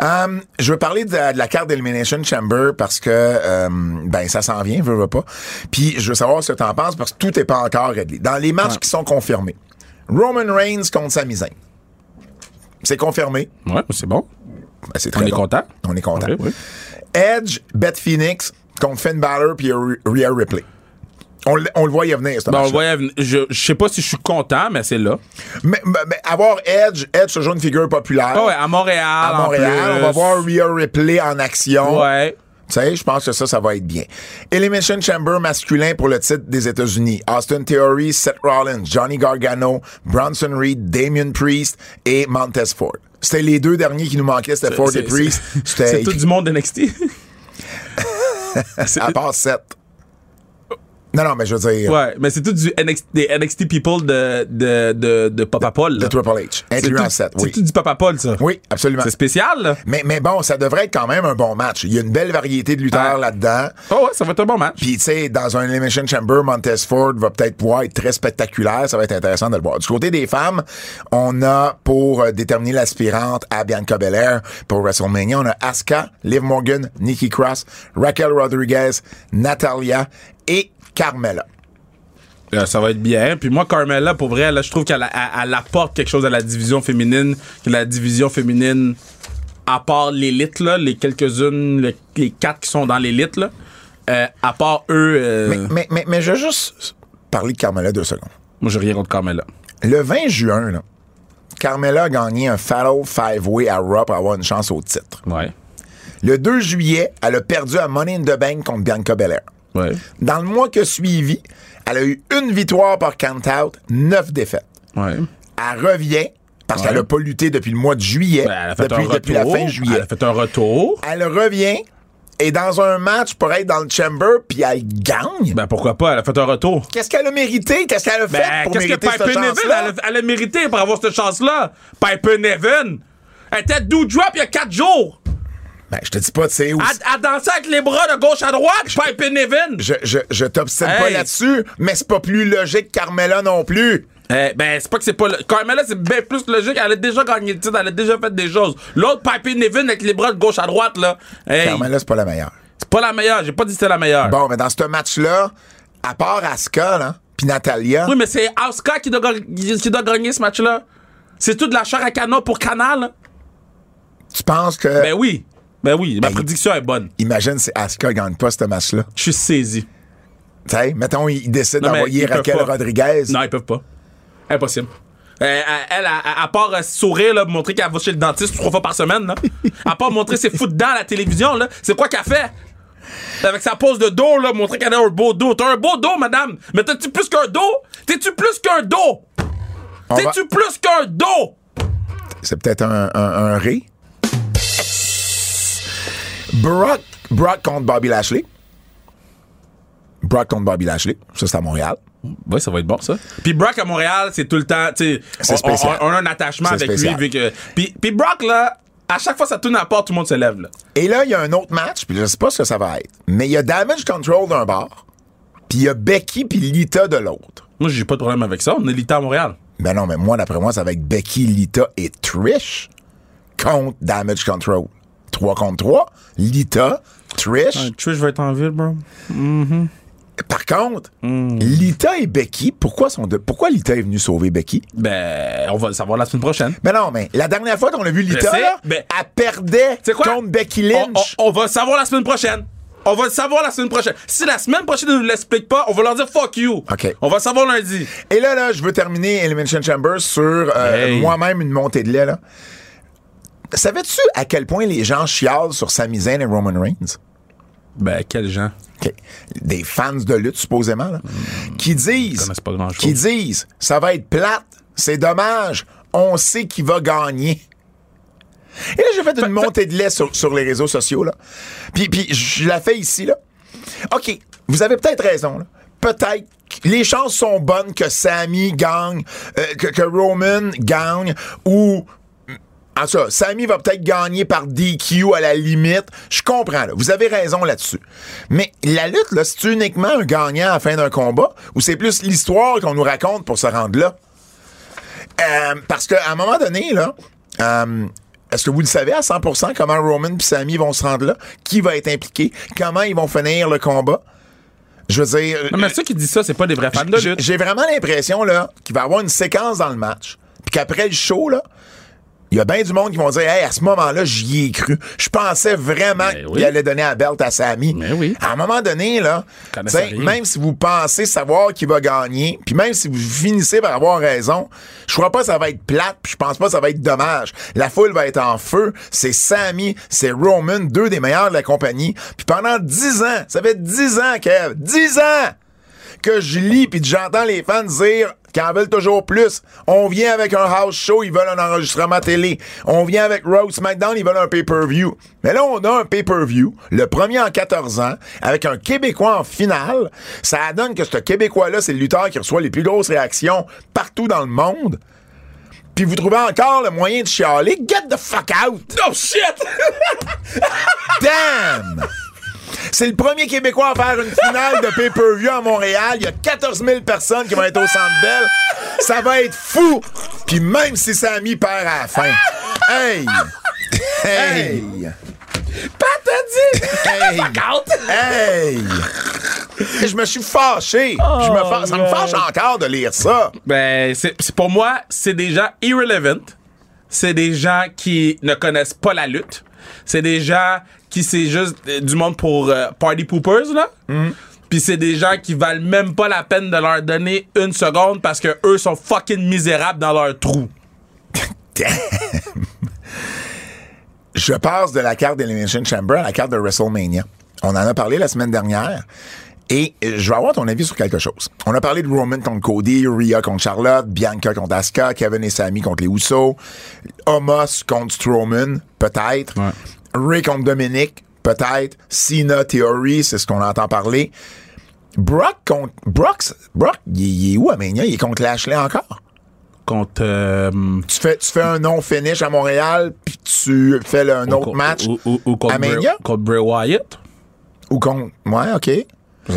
Speaker 2: Euh, je veux parler de, la- de la carte d'Elimination Chamber parce que euh, ben ça s'en vient, veux, veux pas. Puis je veux savoir ce que t'en penses parce que tout n'est pas encore réglé. Dans les matchs qui sont confirmés, Roman Reigns contre Sami Zayn. C'est confirmé.
Speaker 3: Ouais, c'est bon.
Speaker 2: Ben, c'est
Speaker 3: On
Speaker 2: très
Speaker 3: est
Speaker 2: bon.
Speaker 3: content. Ah,
Speaker 2: On est content.
Speaker 3: Oui, Ben oui.
Speaker 2: Edge, Beth Phoenix contre Finn Balor puis Rhea Ripley. On, l- on le voyait venir, ce
Speaker 3: Ben, on
Speaker 2: match-là.
Speaker 3: voyait venir. je, je sais pas si je suis content, mais c'est là.
Speaker 2: mais, mais- mais avoir Edge, Edge toujours une figure populaire.
Speaker 3: Ah ouais, à Montréal.
Speaker 2: à
Speaker 3: en
Speaker 2: Montréal, on
Speaker 3: plus.
Speaker 2: va voir Rhea Ripley en action.
Speaker 3: Ouais.
Speaker 2: Tu sais, je pense que ça, ça va être bien. Elimination Chamber masculin pour le titre des États-Unis. Austin Theory, Seth Rollins, Johnny Gargano, Bronson Reed, Damien Priest et Montez Ford. C'était les deux derniers qui nous manquaient, c'était Ford et
Speaker 3: C'est-
Speaker 2: Priest.
Speaker 3: c'est-
Speaker 2: C'était
Speaker 3: C'est tout du monde NXT. C'est-
Speaker 2: à part Seth. Non, non, mais je veux dire,
Speaker 3: ouais, mais c'est tout du NXT, des NXT people de, de, de, de Papa Paul.
Speaker 2: le
Speaker 3: là.
Speaker 2: Triple H,
Speaker 3: C'est
Speaker 2: incluant
Speaker 3: tout-
Speaker 2: Seth,
Speaker 3: C'est
Speaker 2: oui.
Speaker 3: tout du Papa Paul, ça.
Speaker 2: Oui, absolument.
Speaker 3: C'est spécial, là.
Speaker 2: Mais, mais bon, ça devrait être quand même un bon match. Il y a une belle variété de lutteurs
Speaker 3: Ouais.
Speaker 2: là-dedans.
Speaker 3: Oh, ouais, ça va être un bon match.
Speaker 2: Puis, tu sais, dans un Elimination Chamber, Montez Ford va peut-être pouvoir être très spectaculaire. Ça va être intéressant de le voir. Du côté des femmes, on a, pour euh, déterminer l'aspirante à Bianca Belair pour WrestleMania, on a Asuka, Liv Morgan, Nikki Cross, Raquel Rodriguez, Natalia et Carmella.
Speaker 3: Euh, ça va être bien. Puis moi, Carmella, pour vrai, là, je trouve qu'elle elle- elle apporte quelque chose à la division féminine. Que la division féminine, à part l'élite, là, les quelques-unes, le- les quatre qui sont dans l'élite, là, euh, à part eux, euh,
Speaker 2: Mais, mais, mais, mais je veux juste parler de Carmella deux secondes.
Speaker 3: moi, j'ai rien contre Carmella.
Speaker 2: Le 20 juin, là, Carmella a gagné un Fatal Five Way à Raw pour avoir une chance au titre.
Speaker 3: Ouais.
Speaker 2: Le 2 juillet, elle a perdu à Money in the Bank contre Bianca Belair.
Speaker 3: Ouais.
Speaker 2: Dans le mois que suivi, elle a eu une victoire par count-out, neuf défaites.
Speaker 3: Ouais.
Speaker 2: Elle revient parce
Speaker 3: Ouais.
Speaker 2: qu'elle n'a pas lutté depuis le mois de juillet,
Speaker 3: Ben, elle a fait
Speaker 2: depuis,
Speaker 3: un retour.
Speaker 2: depuis la fin juillet.
Speaker 3: Elle a fait un retour.
Speaker 2: Elle revient et dans un match pour être dans le chamber, puis elle gagne.
Speaker 3: Ben, pourquoi pas? Elle a fait un retour.
Speaker 2: Qu'est-ce qu'elle a mérité? Qu'est-ce qu'elle a fait
Speaker 3: Ben,
Speaker 2: pour
Speaker 3: qu'est-ce que
Speaker 2: mériter cette
Speaker 3: Piper Nevin, elle
Speaker 2: chance-là?
Speaker 3: a, elle a mérité pour avoir cette chance-là? Piper Nevin! Elle était doudrop il y a quatre jours!
Speaker 2: Ben, je te dis pas, tu sais où...
Speaker 3: Elle, elle dansait avec les bras de gauche à droite, Piper Nevin!
Speaker 2: Je, je, je t'obstine pas
Speaker 3: Hey.
Speaker 2: là-dessus, mais c'est pas plus logique que Carmela non plus.
Speaker 3: Eh, ben, c'est pas que c'est pas. Le... Carmella, c'est bien plus logique. Elle a déjà gagné le titre, elle a déjà fait des choses. L'autre, Piper Nevin, avec les bras de gauche à droite, là. Hey,
Speaker 2: Carmela, c'est pas la meilleure.
Speaker 3: c'est Pas la meilleure, j'ai pas dit que c'était la meilleure.
Speaker 2: Bon, mais dans ce match-là, à part Asuka, là, puis Natalia,
Speaker 3: Oui, mais c'est Asuka qui doit, gag- qui doit gagner ce match-là. C'est tout de la chair à canot pour Canal.
Speaker 2: tu penses que.
Speaker 3: Ben oui. Ben oui, ma
Speaker 2: Ben,
Speaker 3: prédiction est bonne.
Speaker 2: Imagine si Asuka gagne pas ce match-là.
Speaker 3: Je suis saisi.
Speaker 2: Tu sais, mettons, il décide
Speaker 3: Non, mais
Speaker 2: d'envoyer
Speaker 3: ils peuvent
Speaker 2: Raquel
Speaker 3: pas.
Speaker 2: Rodriguez.
Speaker 3: Non, ils peuvent pas. Impossible. Euh, elle, elle, à, à part euh, sourire, là, montrer qu'elle va chez le dentiste trois fois par semaine, là. à part montrer ses fous dedans à la télévision, là, c'est quoi qu'elle fait? Avec sa pose de dos, là, montrer qu'elle a un beau dos. T'as un beau dos, madame! Mais t'as-tu plus qu'un dos? T'es-tu plus qu'un dos?
Speaker 2: On va-
Speaker 3: T'es-tu plus qu'un dos?
Speaker 2: C'est peut-être un, un, un ré. Brock, Brock contre Bobby Lashley. Brock contre Bobby Lashley. Ça, c'est à Montréal.
Speaker 3: Ouais, ça va être bon, ça. Puis Brock à Montréal, c'est tout le temps, tu sais,
Speaker 2: C'est
Speaker 3: on,
Speaker 2: spécial.
Speaker 3: on- on a un attachement
Speaker 2: C'est
Speaker 3: avec
Speaker 2: spécial.
Speaker 3: lui. Vu que, puis, puis Brock, là, à chaque fois ça tourne à la porte, tout le monde se lève, là.
Speaker 2: Et là, il y a un autre match, puis je sais pas ce que ça va être. Mais il y a Damage Control d'un bord, puis il y a Becky puis Lita de l'autre.
Speaker 3: Moi, j'ai pas de problème avec ça. On est l'État à Montréal.
Speaker 2: Ben non, mais moi, d'après moi, ça va être Becky, Lita et Trish contre Damage Control. 3 contre 3, Lita, Trish.
Speaker 3: Trish va être en ville, bro.
Speaker 2: Par contre, Lita et Becky, pourquoi, sont de... pourquoi Lita est venue sauver Becky?
Speaker 3: Ben, on va le savoir la semaine prochaine.
Speaker 2: Ben non, mais la dernière fois qu'on a vu Lita,
Speaker 3: Je sais,
Speaker 2: là,
Speaker 3: mais-
Speaker 2: elle perdait
Speaker 3: C'est quoi?
Speaker 2: contre Becky
Speaker 3: On,
Speaker 2: Lynch.
Speaker 3: on- on va le savoir la semaine prochaine. On va le savoir la semaine prochaine. Si la semaine prochaine ne nous l'explique pas, on va leur dire fuck you.
Speaker 2: OK.
Speaker 3: On va le savoir lundi.
Speaker 2: Et là, là, je veux terminer Elimination Chamber sur euh,
Speaker 3: Hey.
Speaker 2: moi-même une montée de lait. Là. Savais-tu à quel point les gens chialent sur Sami Zayn et Roman Reigns?
Speaker 3: Ben, quel gens.
Speaker 2: OK. Des fans de lutte, supposément, là, qui
Speaker 3: Ils
Speaker 2: disent,
Speaker 3: Hmm. connaissent pas grand-chose.
Speaker 2: qui disent, ça va être plate, c'est dommage, on sait qui va gagner. Et là, j'ai fait une montée de lait sur, sur les réseaux sociaux, là. Puis, puis je la fais ici, là. OK, vous avez peut-être raison, là. Peut-être. que Les chances sont bonnes que Sammy gagne, euh, que, que Roman gagne, ou... En tout cas, Sammy Ah, va peut-être gagner par DQ à la limite. Je comprends, là. Vous avez raison là-dessus. Mais la lutte, là, c'est uniquement un gagnant à la fin d'un combat, ou c'est plus l'histoire qu'on nous raconte pour se rendre là? Euh, parce qu'à un moment donné, là, euh, est-ce que vous le savez à 100% comment Roman et Sami vont se rendre là? Qui va être impliqué? Comment ils vont finir le combat? Je veux dire,
Speaker 3: Non, mais ceux qui disent ça, c'est pas des vrais fans de
Speaker 2: j'ai-
Speaker 3: lutte.
Speaker 2: j'ai vraiment l'impression là qu'il va y avoir une séquence dans le match, puis qu'après le show, là, il y a bien du monde qui vont dire Hey, à ce moment-là, j'y ai cru. Je pensais vraiment
Speaker 3: Ben
Speaker 2: qu'il
Speaker 3: oui.
Speaker 2: allait donner la belt à Sami.
Speaker 3: Ben oui.
Speaker 2: À un moment donné, là,
Speaker 3: Ils connaissent
Speaker 2: t'sais,
Speaker 3: rien.
Speaker 2: même si vous pensez savoir qui va gagner, puis même si vous finissez par avoir raison, je crois pas que ça va être plate, puis je pense pas que ça va être dommage. La foule va être en feu, c'est Sami, c'est Roman, deux des meilleurs de la compagnie. Puis pendant dix ans, ça fait dix ans, Kev, dix ans que je lis puis que j'entends les fans dire qu'ils en veulent toujours plus. On vient avec un house show, ils veulent un enregistrement télé. On vient avec Raw SmackDown, ils veulent un pay-per-view. Mais là, on a un pay-per-view, le premier en 14 ans, avec un Québécois en finale. Ça donne que ce Québécois-là, c'est le lutteur qui reçoit les plus grosses réactions partout dans le monde. Puis vous trouvez encore le moyen de chialer. Get the fuck out!
Speaker 3: Oh shit!
Speaker 2: Damn! C'est le premier Québécois à faire une finale de pay-per-view à Montréal. Il y a 14 000 personnes qui vont être au Centre Bell. Ça va être fou! Puis même si Samy perd à la fin. Hey! Hey!
Speaker 3: Pat a dit!
Speaker 2: Hey!
Speaker 3: Fuck out!
Speaker 2: Hey! Je me suis fâché. Je me fâche- Ça me fâche encore de lire ça.
Speaker 3: Ben, c'est c'est- pour moi, c'est des gens irrelevant. C'est des gens qui ne connaissent pas la lutte. C'est des gens qui c'est juste euh, du monde pour euh, party poopers là. Puis c'est des gens qui valent même pas la peine de leur donner une seconde parce que eux sont fucking misérables dans leur trou.
Speaker 2: Je passe de la carte d'Elimination Chamber à la carte de WrestleMania. On en a parlé la semaine dernière. Et euh, je vais avoir ton avis sur quelque chose. On a parlé de Roman contre Cody, Rhea contre Charlotte, Bianca contre Asuka, Kevin et Sami contre les Usos, Omos contre Strowman, peut-être.
Speaker 3: Ouais.
Speaker 2: Ray contre Dominic, peut-être. Cena, Theory, c'est ce qu'on entend parler. Brock contre... Brock, Brock il, il est où à Mania? Il est contre Lashley encore?
Speaker 3: Contre. euh,
Speaker 2: tu fais, tu fais un non-finish à Montréal, puis tu fais le- un
Speaker 3: ou-
Speaker 2: autre match
Speaker 3: Ou, ou- ou contre,
Speaker 2: à
Speaker 3: Bray,
Speaker 2: Mania?
Speaker 3: contre Bray Wyatt.
Speaker 2: Ou contre. Ouais, OK.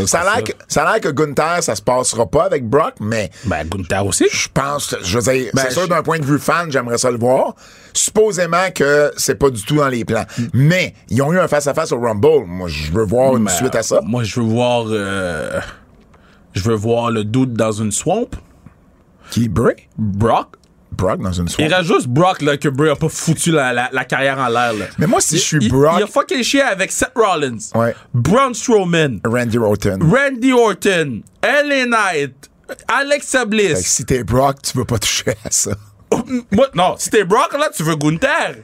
Speaker 2: Ça a l'air que, ça a l'air que Gunther, ça se passera pas avec Brock, mais
Speaker 3: Ben, Gunther aussi.
Speaker 2: je pense, je veux dire,
Speaker 3: Ben,
Speaker 2: c'est sûr,
Speaker 3: je-
Speaker 2: d'un point de vue fan, j'aimerais ça le voir. Supposément que c'est pas du tout dans les plans. Mais, ils ont eu un face-à-face au Rumble. Moi, je veux voir une
Speaker 3: Ben,
Speaker 2: suite à ça.
Speaker 3: Moi, je veux voir. euh, je veux voir le dude dans une swamp.
Speaker 2: Qui Bray?
Speaker 3: Brock.
Speaker 2: Brock dans une
Speaker 3: Il
Speaker 2: soirée.
Speaker 3: reste juste Brock là, que Bray a pas foutu la, la- la carrière en l'air. là.
Speaker 2: Mais moi, si je suis
Speaker 3: Il-
Speaker 2: Brock-
Speaker 3: Il a fucking chier avec Seth Rollins.
Speaker 2: Ouais.
Speaker 3: Braun Strowman.
Speaker 2: Randy Orton.
Speaker 3: Randy Orton. LA Knight. Alexa
Speaker 2: Fait que
Speaker 3: Bliss.
Speaker 2: si t'es Brock, tu veux pas toucher à ça.
Speaker 3: Oh, Moi, non, si t'es Brock, là, tu veux Gunther.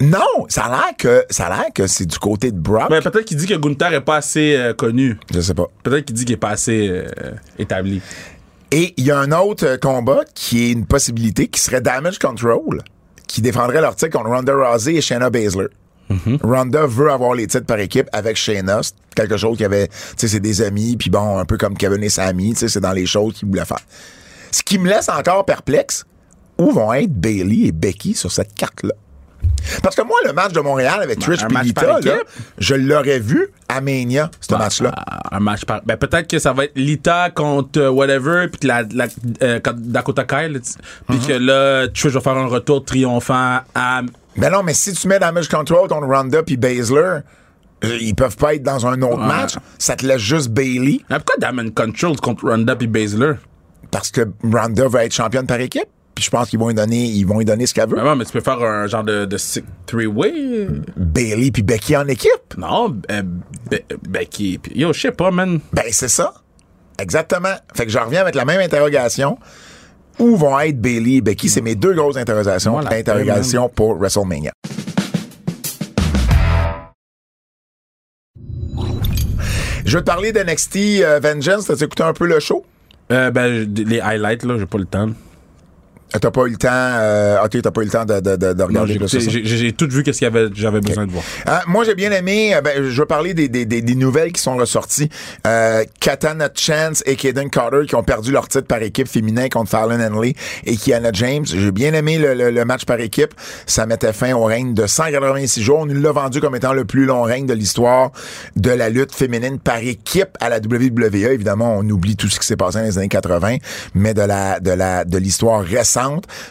Speaker 2: Non, ça a l'air que, ça a l'air que c'est du côté de Brock.
Speaker 3: Ben, peut-être qu'il dit que Gunther est pas assez euh, connu.
Speaker 2: Je sais pas.
Speaker 3: Peut-être qu'il dit qu'il est pas assez euh, établi.
Speaker 2: Et il y a un autre euh, combat qui est une possibilité qui serait Damage Control, qui défendrait leur titre contre Ronda Rousey et Shayna Baszler.
Speaker 3: Mm-hmm.
Speaker 2: Ronda veut avoir les titres par équipe avec Shayna. C'est quelque chose qui avait, tu sais, c'est des amis, puis bon, un peu comme Kevin et Sami, tu sais, c'est dans les choses qu'ils voulaient faire. Ce qui me laisse encore perplexe, où vont être Bailey et Becky sur cette carte-là? Parce que moi, le match de Montréal avec Trish
Speaker 3: Ben, un
Speaker 2: puis
Speaker 3: match par
Speaker 2: Lita, là,
Speaker 3: équipe.
Speaker 2: je l'aurais vu à Mania, ce match-là.
Speaker 3: Ah, Un match par. Ben, peut-être que ça va être Lita contre euh, whatever, puis que la, la- euh, contre Dakota Kai, là, tu- puis
Speaker 2: Mm-hmm.
Speaker 3: que là, Trish va faire un retour triomphant à.
Speaker 2: Mais Ben non, mais si tu mets Damage Control contre Ronda puis Baszler, euh, ils peuvent pas être dans un autre match. Ça te laisse juste Bailey
Speaker 3: Mais Ah, pourquoi Damon Control contre Ronda puis Baszler?
Speaker 2: parce que Ronda va être championne par équipe. Puis je pense qu'ils vont lui donner, ils vont lui donner ce qu'elle veut.
Speaker 3: Ben ouais, mais tu peux faire un genre de, de six- three-way?
Speaker 2: Bailey puis Becky en équipe.
Speaker 3: Non, euh, Be- Becky. puis- Yo, je sais pas, man.
Speaker 2: Ben c'est ça. Exactement. Fait que je reviens avec la même interrogation. Où vont être Bailey et Becky? C'est mes deux grosses interrogations.
Speaker 3: Voilà.
Speaker 2: Interrogation pour WrestleMania. Je veux te parler d'NXT euh, Vengeance. T'as écouté un peu le show?
Speaker 3: Euh, ben, j- les highlights, là, j'ai pas le temps.
Speaker 2: Ah, T'as pas eu le temps, euh, ok, t'as pas eu le temps de, de, de, de
Speaker 3: Non,
Speaker 2: regarder
Speaker 3: j'ai
Speaker 2: là, ça,
Speaker 3: écouté-
Speaker 2: ça.
Speaker 3: j'ai j'ai- j'ai tout vu qu'est-ce qu'il y avait j'avais besoin de voir.
Speaker 2: Ah, moi, j'ai bien aimé. euh, ben, je veux parler des, des, des, des nouvelles qui sont ressorties. Euh, Katana Chance et Kaden Carter qui ont perdu leur titre par équipe féminin contre Fallon Henley et Kiana James. J'ai bien aimé le, le- le match par équipe. Ça mettait fin au règne de 186 jours. On nous l'a vendu comme étant le plus long règne de l'histoire de la lutte féminine par équipe à la WWE. Évidemment, on oublie tout ce qui s'est passé dans les années 80, mais de la de la de l'histoire récente,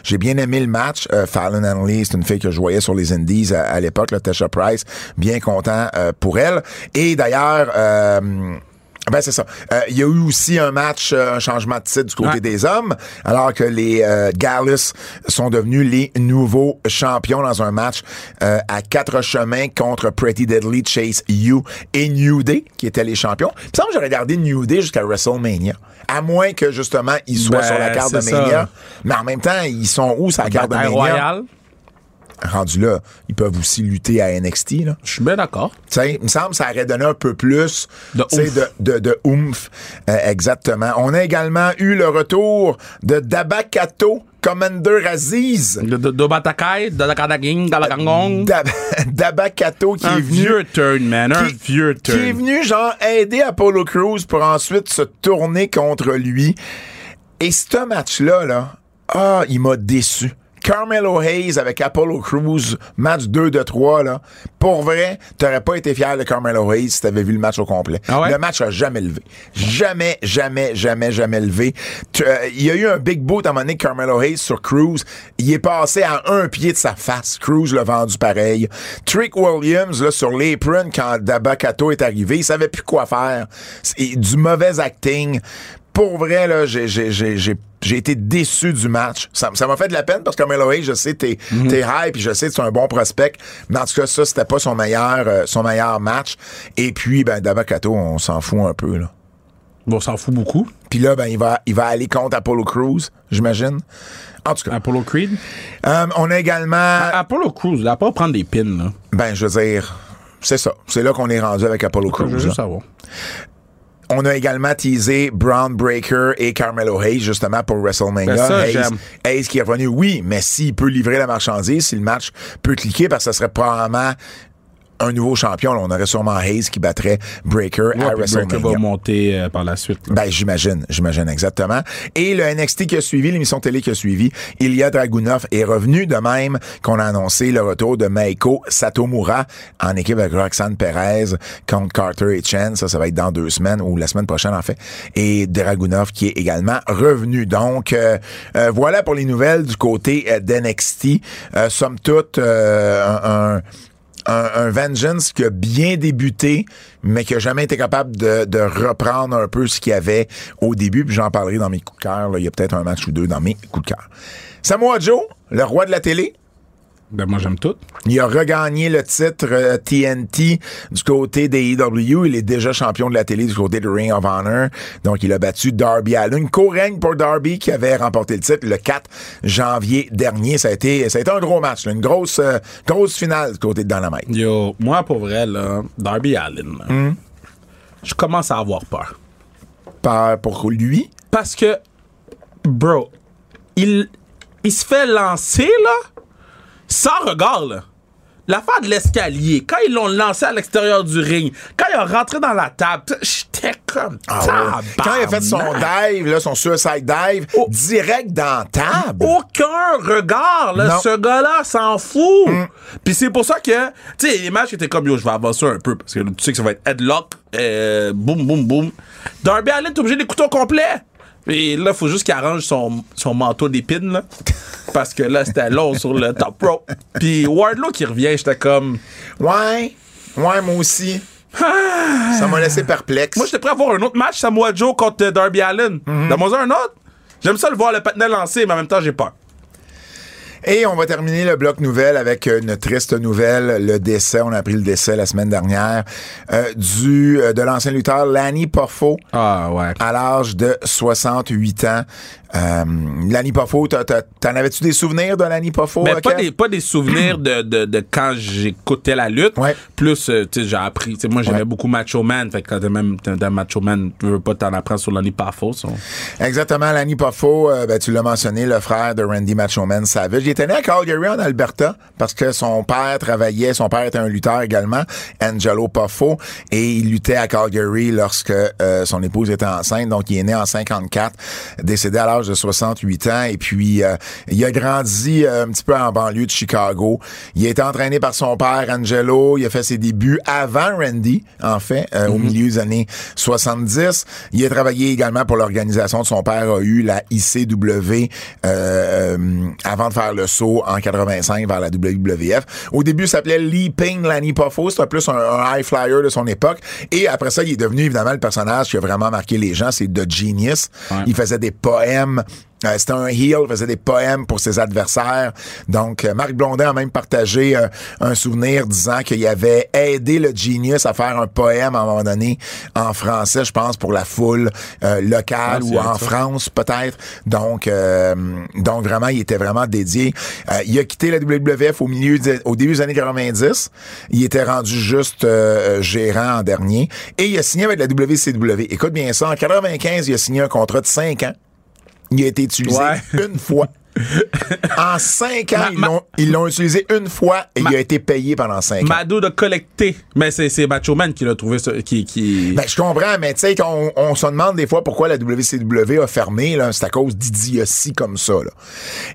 Speaker 2: j'ai bien aimé le match. Euh, Fallon Henley, c'est une fille que je voyais sur les Indies à, à l'époque, là, Tasha Price, bien content euh, pour elle. Et d'ailleurs. euh, ben c'est ça. Euh, Il y a eu aussi un match, euh, un changement de titre du côté
Speaker 3: Ouais.
Speaker 2: des hommes, alors que les euh, Gallus sont devenus les nouveaux champions dans un match euh, à quatre chemins contre Pretty Deadly, Chase You et New Day, qui étaient les champions. Il me semble que j'aurais gardé New Day jusqu'à WrestleMania. À moins que, justement, ils soient
Speaker 3: Ben,
Speaker 2: sur la carte de
Speaker 3: c'est ça.
Speaker 2: Mania. Mais en même temps, ils sont où, sur la carte de
Speaker 3: Bataille
Speaker 2: Mania?
Speaker 3: royale,
Speaker 2: Rendu là, ils peuvent aussi lutter à NXT, là.
Speaker 3: je suis bien d'accord.
Speaker 2: Tu sais, il me semble que ça aurait donné un peu plus
Speaker 3: De
Speaker 2: tu sais,
Speaker 3: oomph.
Speaker 2: de, de, de oomph. Euh, exactement. On a également eu le retour de Dabakato Commander Aziz.
Speaker 3: De, de, de Batakai, de la Kadaging, de la Kangong.
Speaker 2: Dab- Dabakato qui
Speaker 3: Mm. Un
Speaker 2: est venu.
Speaker 3: vieux turn, man. Un
Speaker 2: qui-
Speaker 3: vieux turn.
Speaker 2: Qui est venu, genre, aider Apollo Crews pour ensuite se tourner contre lui. Et ce match-là, là, ah, il m'a déçu. Carmelo Hayes avec Apollo Crews, match 2 de 3, là. Pour vrai, t'aurais pas été fier de Carmelo Hayes si t'avais vu le match au complet.
Speaker 3: Ah ouais?
Speaker 2: Le match a jamais levé. Jamais, jamais, jamais, jamais levé. Tu- euh, Il y a eu un big boot à un moment donné, Carmelo Hayes sur Cruz. Il est passé à un pied de sa face. Cruz l'a vendu pareil. Trick Williams, là, sur l'apron, quand Dabakato est arrivé, il savait plus quoi faire. C'est du mauvais acting. Pour vrai, là, j'ai, j'ai, j'ai, j'ai j'ai été déçu du match. Ça ça m'a fait de la peine parce que Carmelo Hayes, je sais, t'es
Speaker 3: Mhm.
Speaker 2: t'es hype, puis je sais que c'est un bon prospect. Mais en tout cas, ça, c'était pas son meilleur, euh, son meilleur match. Et puis, ben, Dabakato, on s'en fout un peu, là.
Speaker 3: Bon, on s'en fout beaucoup.
Speaker 2: Puis là, ben, il va, il va aller contre Apollo Crews, j'imagine. En tout cas,
Speaker 3: Apollo Creed.
Speaker 2: euh, on a également,
Speaker 3: Apollo Crews, là, pas prendre des pins, là.
Speaker 2: ben, je veux dire, c'est ça. C'est là qu'on est rendu avec Apollo
Speaker 3: Je veux
Speaker 2: Crews. là.
Speaker 3: juste savoir.
Speaker 2: On a également teasé Brown Breaker et Carmelo Hayes, justement, pour WrestleMania.
Speaker 3: Ben ça,
Speaker 2: Hayes,
Speaker 3: j'aime.
Speaker 2: Hayes qui est revenu, oui, mais s'il peut livrer la marchandise, si le match peut cliquer, parce que ça serait probablement un nouveau champion. là. on aurait sûrement Hayes qui battrait Breaker
Speaker 3: Ouais,
Speaker 2: à
Speaker 3: puis Breaker
Speaker 2: WrestleMania.
Speaker 3: va monter euh, par la suite. là.
Speaker 2: Ben, j'imagine, j'imagine exactement. Et le NXT qui a suivi, l'émission télé qui a suivi, Ilya Dragunov est revenu de même qu'on a annoncé le retour de Meiko Satomura en équipe avec Roxanne Perez contre Carter et Chen. Ça, ça va être dans deux semaines ou la semaine prochaine, en fait. Et Dragunov qui est également revenu. Donc, euh, euh, voilà pour les nouvelles du côté euh, d'NXT. Euh, somme toute, euh, un- un un, un Vengeance qui a bien débuté, mais qui a jamais été capable de, de reprendre un peu ce qu'il y avait au début. Puis j'en parlerai dans mes coups de cœur. là. Il y a peut-être un match ou deux dans mes coups de cœur. Samoa Joe, le roi de la télé,
Speaker 3: Ben, moi, j'aime tout.
Speaker 2: il a regagné le titre euh, TNT du côté des EW. Il est déjà champion de la télé du côté de Ring of Honor. Donc, il a battu Darby Allin. Co-règne pour Darby qui avait remporté le titre le 4 janvier dernier. Ça a été, ça a été un gros match, là. une grosse, euh, grosse finale du côté de Dynamite.
Speaker 3: Yo, moi, pour vrai, là, Darby Allin, là,
Speaker 2: Hmm?
Speaker 3: je commence à avoir peur.
Speaker 2: Par- Pour lui,
Speaker 3: Parce que, bro, il, il se fait lancer, là, sans regard, là. L'affaire de l'escalier, quand ils l'ont lancé à l'extérieur du ring, quand il a rentré dans la table, j'étais comme
Speaker 2: Ah ouais. Quand il a fait son
Speaker 3: tabarnak.
Speaker 2: dive, là, son suicide dive,
Speaker 3: Oh.
Speaker 2: direct dans la table.
Speaker 3: aucun regard. Là,
Speaker 2: Ah, ben. Non.
Speaker 3: ce gars-là s'en fout. Puis c'est pour ça que, tu sais, les matchs étaient comme, yo, je vais avancer un peu parce que tu sais que ça va être headlock, euh, boum, boum, boum. Darby Allin, t'es obligé d'écouter au complet. Et là, faut juste qu'il arrange son, son manteau d'épines, là. Parce que là, c'était long sur le top rope. Puis Wardlow qui revient, j'étais comme.
Speaker 2: Ouais. Ouais, moi aussi. Ça m'a laissé perplexe.
Speaker 3: Ah. Moi, j'étais prêt à voir un autre match, Samoa Joe contre euh, Darby Allin. Donne-moi un autre. J'aime ça le voir le patinet lancé, mais en même temps, j'ai peur.
Speaker 2: Et on va terminer le bloc nouvelle avec une triste nouvelle, le décès. On a appris le décès la semaine dernière euh, du euh, de l'ancien lutteur Lanny Porfo.
Speaker 3: Ah ouais.
Speaker 2: à l'âge de 68 ans. Euh, Lanny Poffo, t'as- t'as- t'en avais-tu des souvenirs de Lanny Poffo?
Speaker 3: Mais
Speaker 2: euh,
Speaker 3: Ben, pas
Speaker 2: Kev?
Speaker 3: des, pas des souvenirs de, de, de quand j'écoutais la lutte.
Speaker 2: Ouais.
Speaker 3: Plus, euh, tu sais, j'ai appris. tu sais, moi, j'aimais
Speaker 2: Ouais.
Speaker 3: beaucoup Macho Man. Fait que quand t'es même t'es un Macho Man, tu veux pas t'en apprendre sur l'année pas fausse.
Speaker 2: Exactement, Lanny Poffo, euh, ben, tu l'as mentionné, le frère de Randy Macho Man Savage. Il était né à Calgary, en Alberta, parce que son père travaillait, son père était un lutteur également, Angelo Poffo, et il luttait à Calgary lorsque euh, son épouse était enceinte. Donc, il est né en 54, décédé à l'âge de 68 ans, et puis euh, il a grandi euh, un petit peu en banlieue de Chicago. Il a été entraîné par son père, Angelo. Il a fait ses débuts avant Randy, en fait, euh, au milieu des années 70. Il a travaillé également pour l'organisation de son père a eu la ICW euh, euh, avant de faire le saut en 85 vers la WWF. Au début, il s'appelait Lee Ping Lanny Poffo. C'était plus un, un high flyer de son époque. Et après ça, il est devenu évidemment le personnage qui a vraiment marqué les gens. C'est The Genius.
Speaker 3: Ouais.
Speaker 2: Il faisait des poèmes euh, c'était un heel, faisait des poèmes pour ses adversaires. Donc, euh, Marc Blondin a même partagé euh, un souvenir disant qu'il avait aidé le Genius à faire un poème à un moment donné en français, je pense, pour la foule euh, locale
Speaker 3: Ah, c'est
Speaker 2: ou en
Speaker 3: hot, ça.
Speaker 2: France peut-être. Donc, euh, donc vraiment, il était vraiment dédié. Euh, il a quitté la WWF au milieu, des- au début des années 90. Il était rendu juste euh, euh, gérant en dernier. Et il a signé avec la WCW. Écoute bien ça, en 95, il a signé un contrat de 5 ans. Il a été utilisé
Speaker 3: Ouais.
Speaker 2: une fois. en cinq ans,
Speaker 3: Ma-
Speaker 2: ils
Speaker 3: ma-
Speaker 2: l'ont- ils l'ont utilisé une fois et
Speaker 3: Ma-
Speaker 2: il a été payé pendant cinq ans.
Speaker 3: Mado de collecter. Mais c'est c'est Macho Man qui l'a trouvé. ça- qui, qui...
Speaker 2: Ben, je comprends, mais tu sais, quand on, on se demande des fois pourquoi la WCW a fermé, là, c'est à cause d'idioties comme ça. là.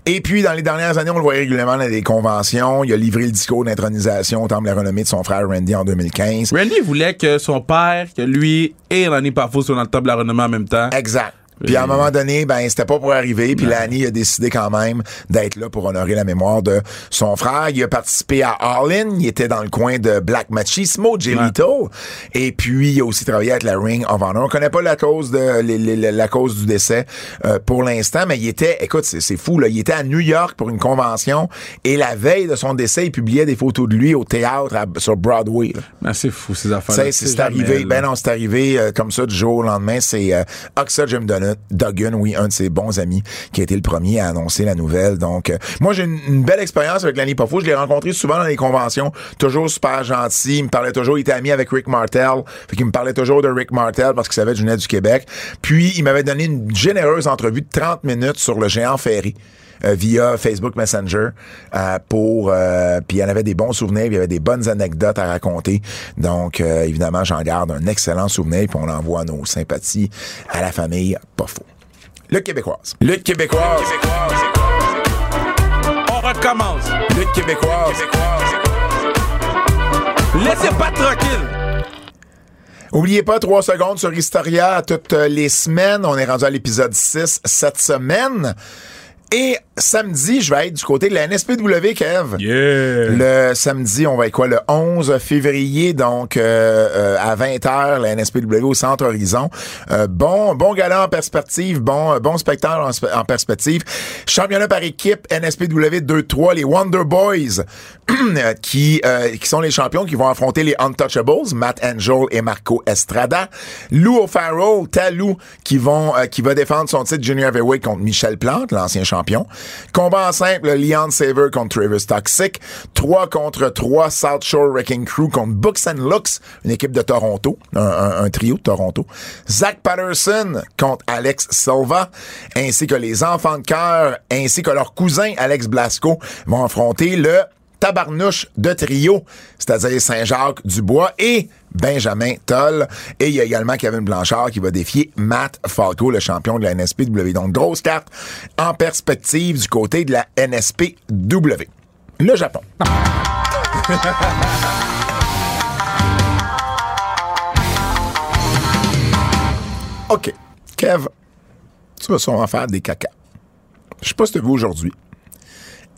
Speaker 2: Et puis, dans les dernières années, on le voyait régulièrement dans des conventions. Il a livré le discours d'intronisation au temple de la renommée de son frère Randy en 2015.
Speaker 3: Randy voulait que son père, que lui et l'année pas fausse soient dans le top de la renommée en même temps.
Speaker 2: Exact. Puis à un moment donné, ben c'était pas pour arriver. Puis Lanny a décidé quand même d'être là pour honorer la mémoire de son frère. Il a participé à All In. Il était dans le coin de Black Machismo, Jelito. Et puis il a aussi travaillé avec la Ring of Honor. On connaît pas la cause de les- les- la cause du décès euh, pour l'instant, mais il était, écoute, c'est c'est fou là. Il était à New York pour une convention et la veille de son décès, il publiait des photos de lui au théâtre à- sur Broadway. là.
Speaker 3: Ben, c'est fou, ces affaires
Speaker 2: Ben Ça, c'est c'est arrivé. Ben non, c'est arrivé euh, comme ça du jour au lendemain. C'est euh, Oxa Jim Donnan euh, Duggan, oui, un de ses bons amis, qui a été le premier à annoncer la nouvelle. Donc, euh, moi, j'ai une, une belle expérience avec Lanny Poffo. Je l'ai rencontré souvent dans les conventions. Toujours super gentil. Il me parlait toujours. Il était ami avec Rick Martel. Fait qu'il me parlait toujours de Rick Martel parce qu'il savait que je venais du Québec. Puis, il m'avait donné une généreuse entrevue de 30 minutes sur le géant ferry euh, via Facebook Messenger euh, pour euh, puis il y en avait des bons souvenirs, puis il y avait des bonnes anecdotes à raconter. Donc euh, évidemment, j'en garde un excellent souvenir puis on envoie nos sympathies à la famille pas faux. Le québécoise. Le québécoise.
Speaker 3: On recommence.
Speaker 2: Le québécoise.
Speaker 3: Laissez pas tranquille.
Speaker 2: Oubliez pas, 3 secondes sur Historia toutes euh, les semaines. On est rendu à l'épisode 6 cette semaine. Et samedi, je vais être du côté de la NSPW, Kev.
Speaker 3: Yeah.
Speaker 2: Le samedi, on va être quoi? Le 11 février, donc euh, euh, à 20h, la NSPW au Centre Horizon. Euh, bon bon gala en perspective, bon euh, bon spectacle en, spe- en perspective. Championnat par équipe NSPW 2-3, les Wonder Boys euh, qui, euh, qui sont les champions qui vont affronter les Untouchables, Matt Angel et Marco Estrada. Lou O'Farrell, Talou, qui vont euh, qui va défendre son titre Junior Heavyweight contre Michel Plante, l'ancien champion. Combat en simple, Leon Saver contre Travis Toxic. 3 contre 3, South Shore Wrecking Crew contre Books and Looks, une équipe de Toronto, un, un- un trio de Toronto. Zach Patterson contre Alex Silva, ainsi que les enfants de cœur, ainsi que leur cousin Alex Blasco vont affronter le tabarnouche de trio, c'est-à-dire Saint-Jacques Dubois et Benjamin Toll. Et il y a également Kevin Blanchard qui va défier Matt Falco, le champion de la NSPW. Donc, grosse carte en perspective du côté de la NSPW. Le Japon. OK. Kev, tu vas sûrement faire des caca. Je sais pas si tu as vu aujourd'hui.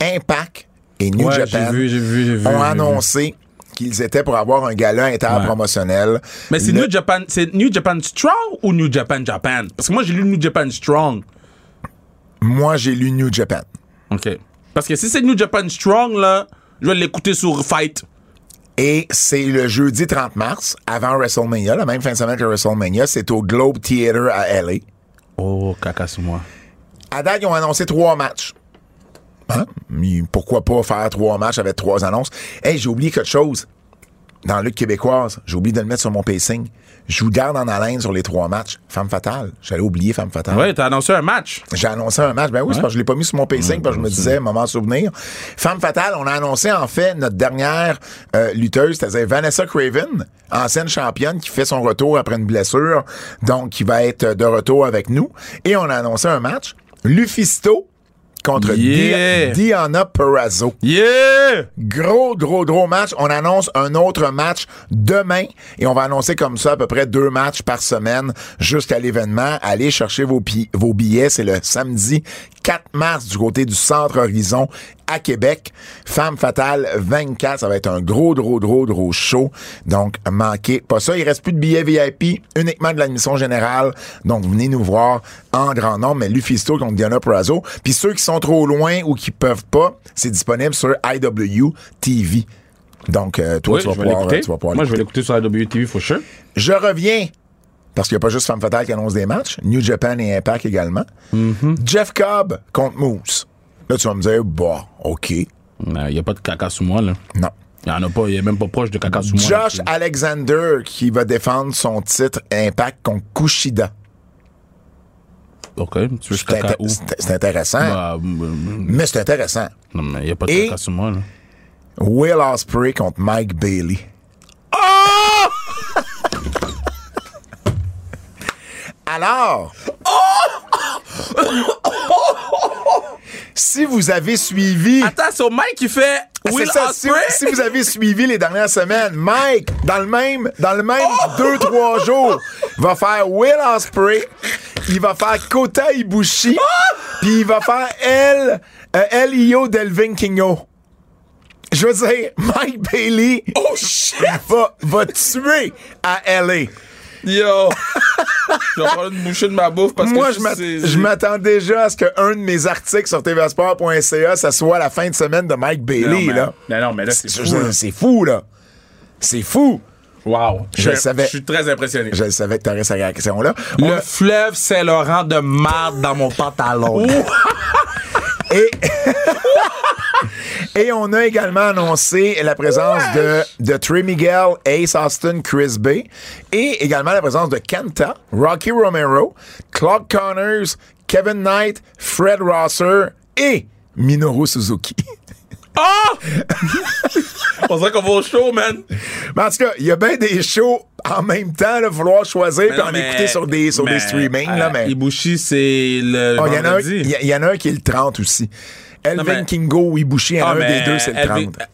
Speaker 2: Impact et New
Speaker 3: Ouais,
Speaker 2: Japan
Speaker 3: j'ai vu, j'ai vu, j'ai vu, j'ai
Speaker 2: ont
Speaker 3: vu.
Speaker 2: annoncé qu'ils étaient pour avoir un gala interpromotionnel.
Speaker 3: Mais c'est
Speaker 2: Le-
Speaker 3: New Japan, c'est New Japan Strong ou New Japan Japan? Parce que moi, j'ai lu New Japan Strong.
Speaker 2: Moi, j'ai lu New Japan.
Speaker 3: OK. Parce que si c'est New Japan Strong, là, je vais l'écouter sur Fight.
Speaker 2: Et c'est le jeudi 30 mars, avant WrestleMania, la même fin de semaine que WrestleMania. C'est au Globe Theatre à LA.
Speaker 3: Oh, caca sur moi.
Speaker 2: À date, ils ont annoncé trois matchs. Hein? Mais Pourquoi pas faire trois matchs avec trois annonces? Hey, j'ai oublié quelque chose. Dans la lutte québécoise, j'ai oublié de le mettre sur mon pacing. Je vous garde en haleine sur les trois matchs. Femme fatale. J'allais oublier Femme fatale.
Speaker 3: Ah Ouais, t'as annoncé un match.
Speaker 2: J'ai annoncé un match. Ben oui, c'est parce que je l'ai pas mis sur mon pacing parce que je me disais, moment souvenir. Femme fatale, on a annoncé en fait notre dernière euh, lutteuse, c'est-à-dire Vanessa Craven, ancienne championne qui fait son retour après une blessure, donc qui va être euh, de retour avec nous. Et on a annoncé un match. Lufisto contre
Speaker 3: Yeah.
Speaker 2: Di- Diana Perazzo.
Speaker 3: Yeah!
Speaker 2: Gros, gros, gros match. On annonce un autre match demain et on va annoncer comme ça à peu près deux matchs par semaine jusqu'à l'événement. Allez chercher vos, pi- vos billets. C'est le samedi 4 mars du côté du Centre Horizon à Québec. Femme fatale 24. Ça va être un gros, gros, gros, gros show. Donc, manquez pas ça. Il reste plus de billets VIP, uniquement de l'admission générale. Donc, venez nous voir en grand nombre. Mais Lufisto contre Diana Prazo. Puis ceux qui sont trop loin ou qui peuvent pas, c'est disponible sur IW TV. Donc, euh, toi, tu, vas pouvoir, tu vas pouvoir l'écouter.
Speaker 3: l'écouter sur la WTV, for sure.
Speaker 2: Je reviens, parce qu'il n'y a pas juste Femme Fatale qui annonce des matchs, New Japan et Impact également. Jeff Cobb contre Moose. Là, tu vas me dire, bah, OK.
Speaker 3: Il n'y a pas de caca sur moi, là.
Speaker 2: Non.
Speaker 3: Il n'y en a pas, il n'est même pas proche de caca sur moi.
Speaker 2: Josh Alexander qui va défendre son titre Impact contre Kushida.
Speaker 3: OK, tu veux
Speaker 2: C'est
Speaker 3: caca
Speaker 2: inté-
Speaker 3: où?
Speaker 2: c'est- c'est intéressant,
Speaker 3: Bah, mm, mm,
Speaker 2: mais c'est intéressant.
Speaker 3: non, mais il n'y a pas de
Speaker 2: Et-
Speaker 3: caca sur moi, là.
Speaker 2: Will Ospreay contre Mike Bailey.
Speaker 3: Oh!
Speaker 2: Alors, si vous avez suivi
Speaker 3: Attends, sur Mike, il fait
Speaker 2: Ah,
Speaker 3: Will
Speaker 2: c'est ça, si,
Speaker 3: Ospreay?
Speaker 2: si vous avez suivi les dernières semaines, Mike, dans le même, dans le même
Speaker 3: Oh!
Speaker 2: deux, trois jours, va faire Will Osprey, il va faire Kota Ibushi,
Speaker 3: Oh!
Speaker 2: puis il va faire El, euh, Elio Del Vinkingo. Je veux dire, Mike Bailey
Speaker 3: Oh, shit!
Speaker 2: va, va tuer à LA.
Speaker 3: Yo! je vais prendre une bouchée de ma bouffe parce
Speaker 2: Moi,
Speaker 3: que
Speaker 2: je
Speaker 3: tu
Speaker 2: m'att-
Speaker 3: sais-
Speaker 2: je m'attends déjà à ce qu'un de mes articles sur tvsport.ca, ça soit la fin de semaine de Mike
Speaker 3: Non,
Speaker 2: Bailey,
Speaker 3: mais-
Speaker 2: là.
Speaker 3: Non, non, mais là, c'est
Speaker 2: Je
Speaker 3: fou.
Speaker 2: veux dire,
Speaker 3: là.
Speaker 2: C'est fou, là. C'est fou.
Speaker 3: Wow.
Speaker 2: Je le savais.
Speaker 3: Je suis très impressionné.
Speaker 2: Je le savais que t'aurais cette question-là. On
Speaker 3: Le
Speaker 2: a-
Speaker 3: fleuve Saint-Laurent de marde dans mon pantalon.
Speaker 2: Et... Et on a également annoncé la présence de, de Trey Miguel, Ace Austin, Chris Bay, et également la présence de Kenta, Rocky Romero, Clark Connors, Kevin Knight, Fred Rosser et Minoru Suzuki.
Speaker 3: Ah! On dirait qu'on va au show, man.
Speaker 2: Mais en tout cas, il y a bien des shows en même temps, là, vouloir choisir puis
Speaker 3: non,
Speaker 2: en
Speaker 3: mais-
Speaker 2: écouter sur des, sur
Speaker 3: mais,
Speaker 2: des streamings. là,
Speaker 3: euh,
Speaker 2: mais...
Speaker 3: Ibushi, c'est le.
Speaker 2: Ah, Il y en a un-
Speaker 3: vendredi.
Speaker 2: il y a- il y en a un qui est le 30 aussi. Elvin
Speaker 3: mais-
Speaker 2: Kingo ou Ibushi, il y en a
Speaker 3: Ah,
Speaker 2: un
Speaker 3: mais
Speaker 2: des deux, c'est le
Speaker 3: LV
Speaker 2: 30.
Speaker 3: Mais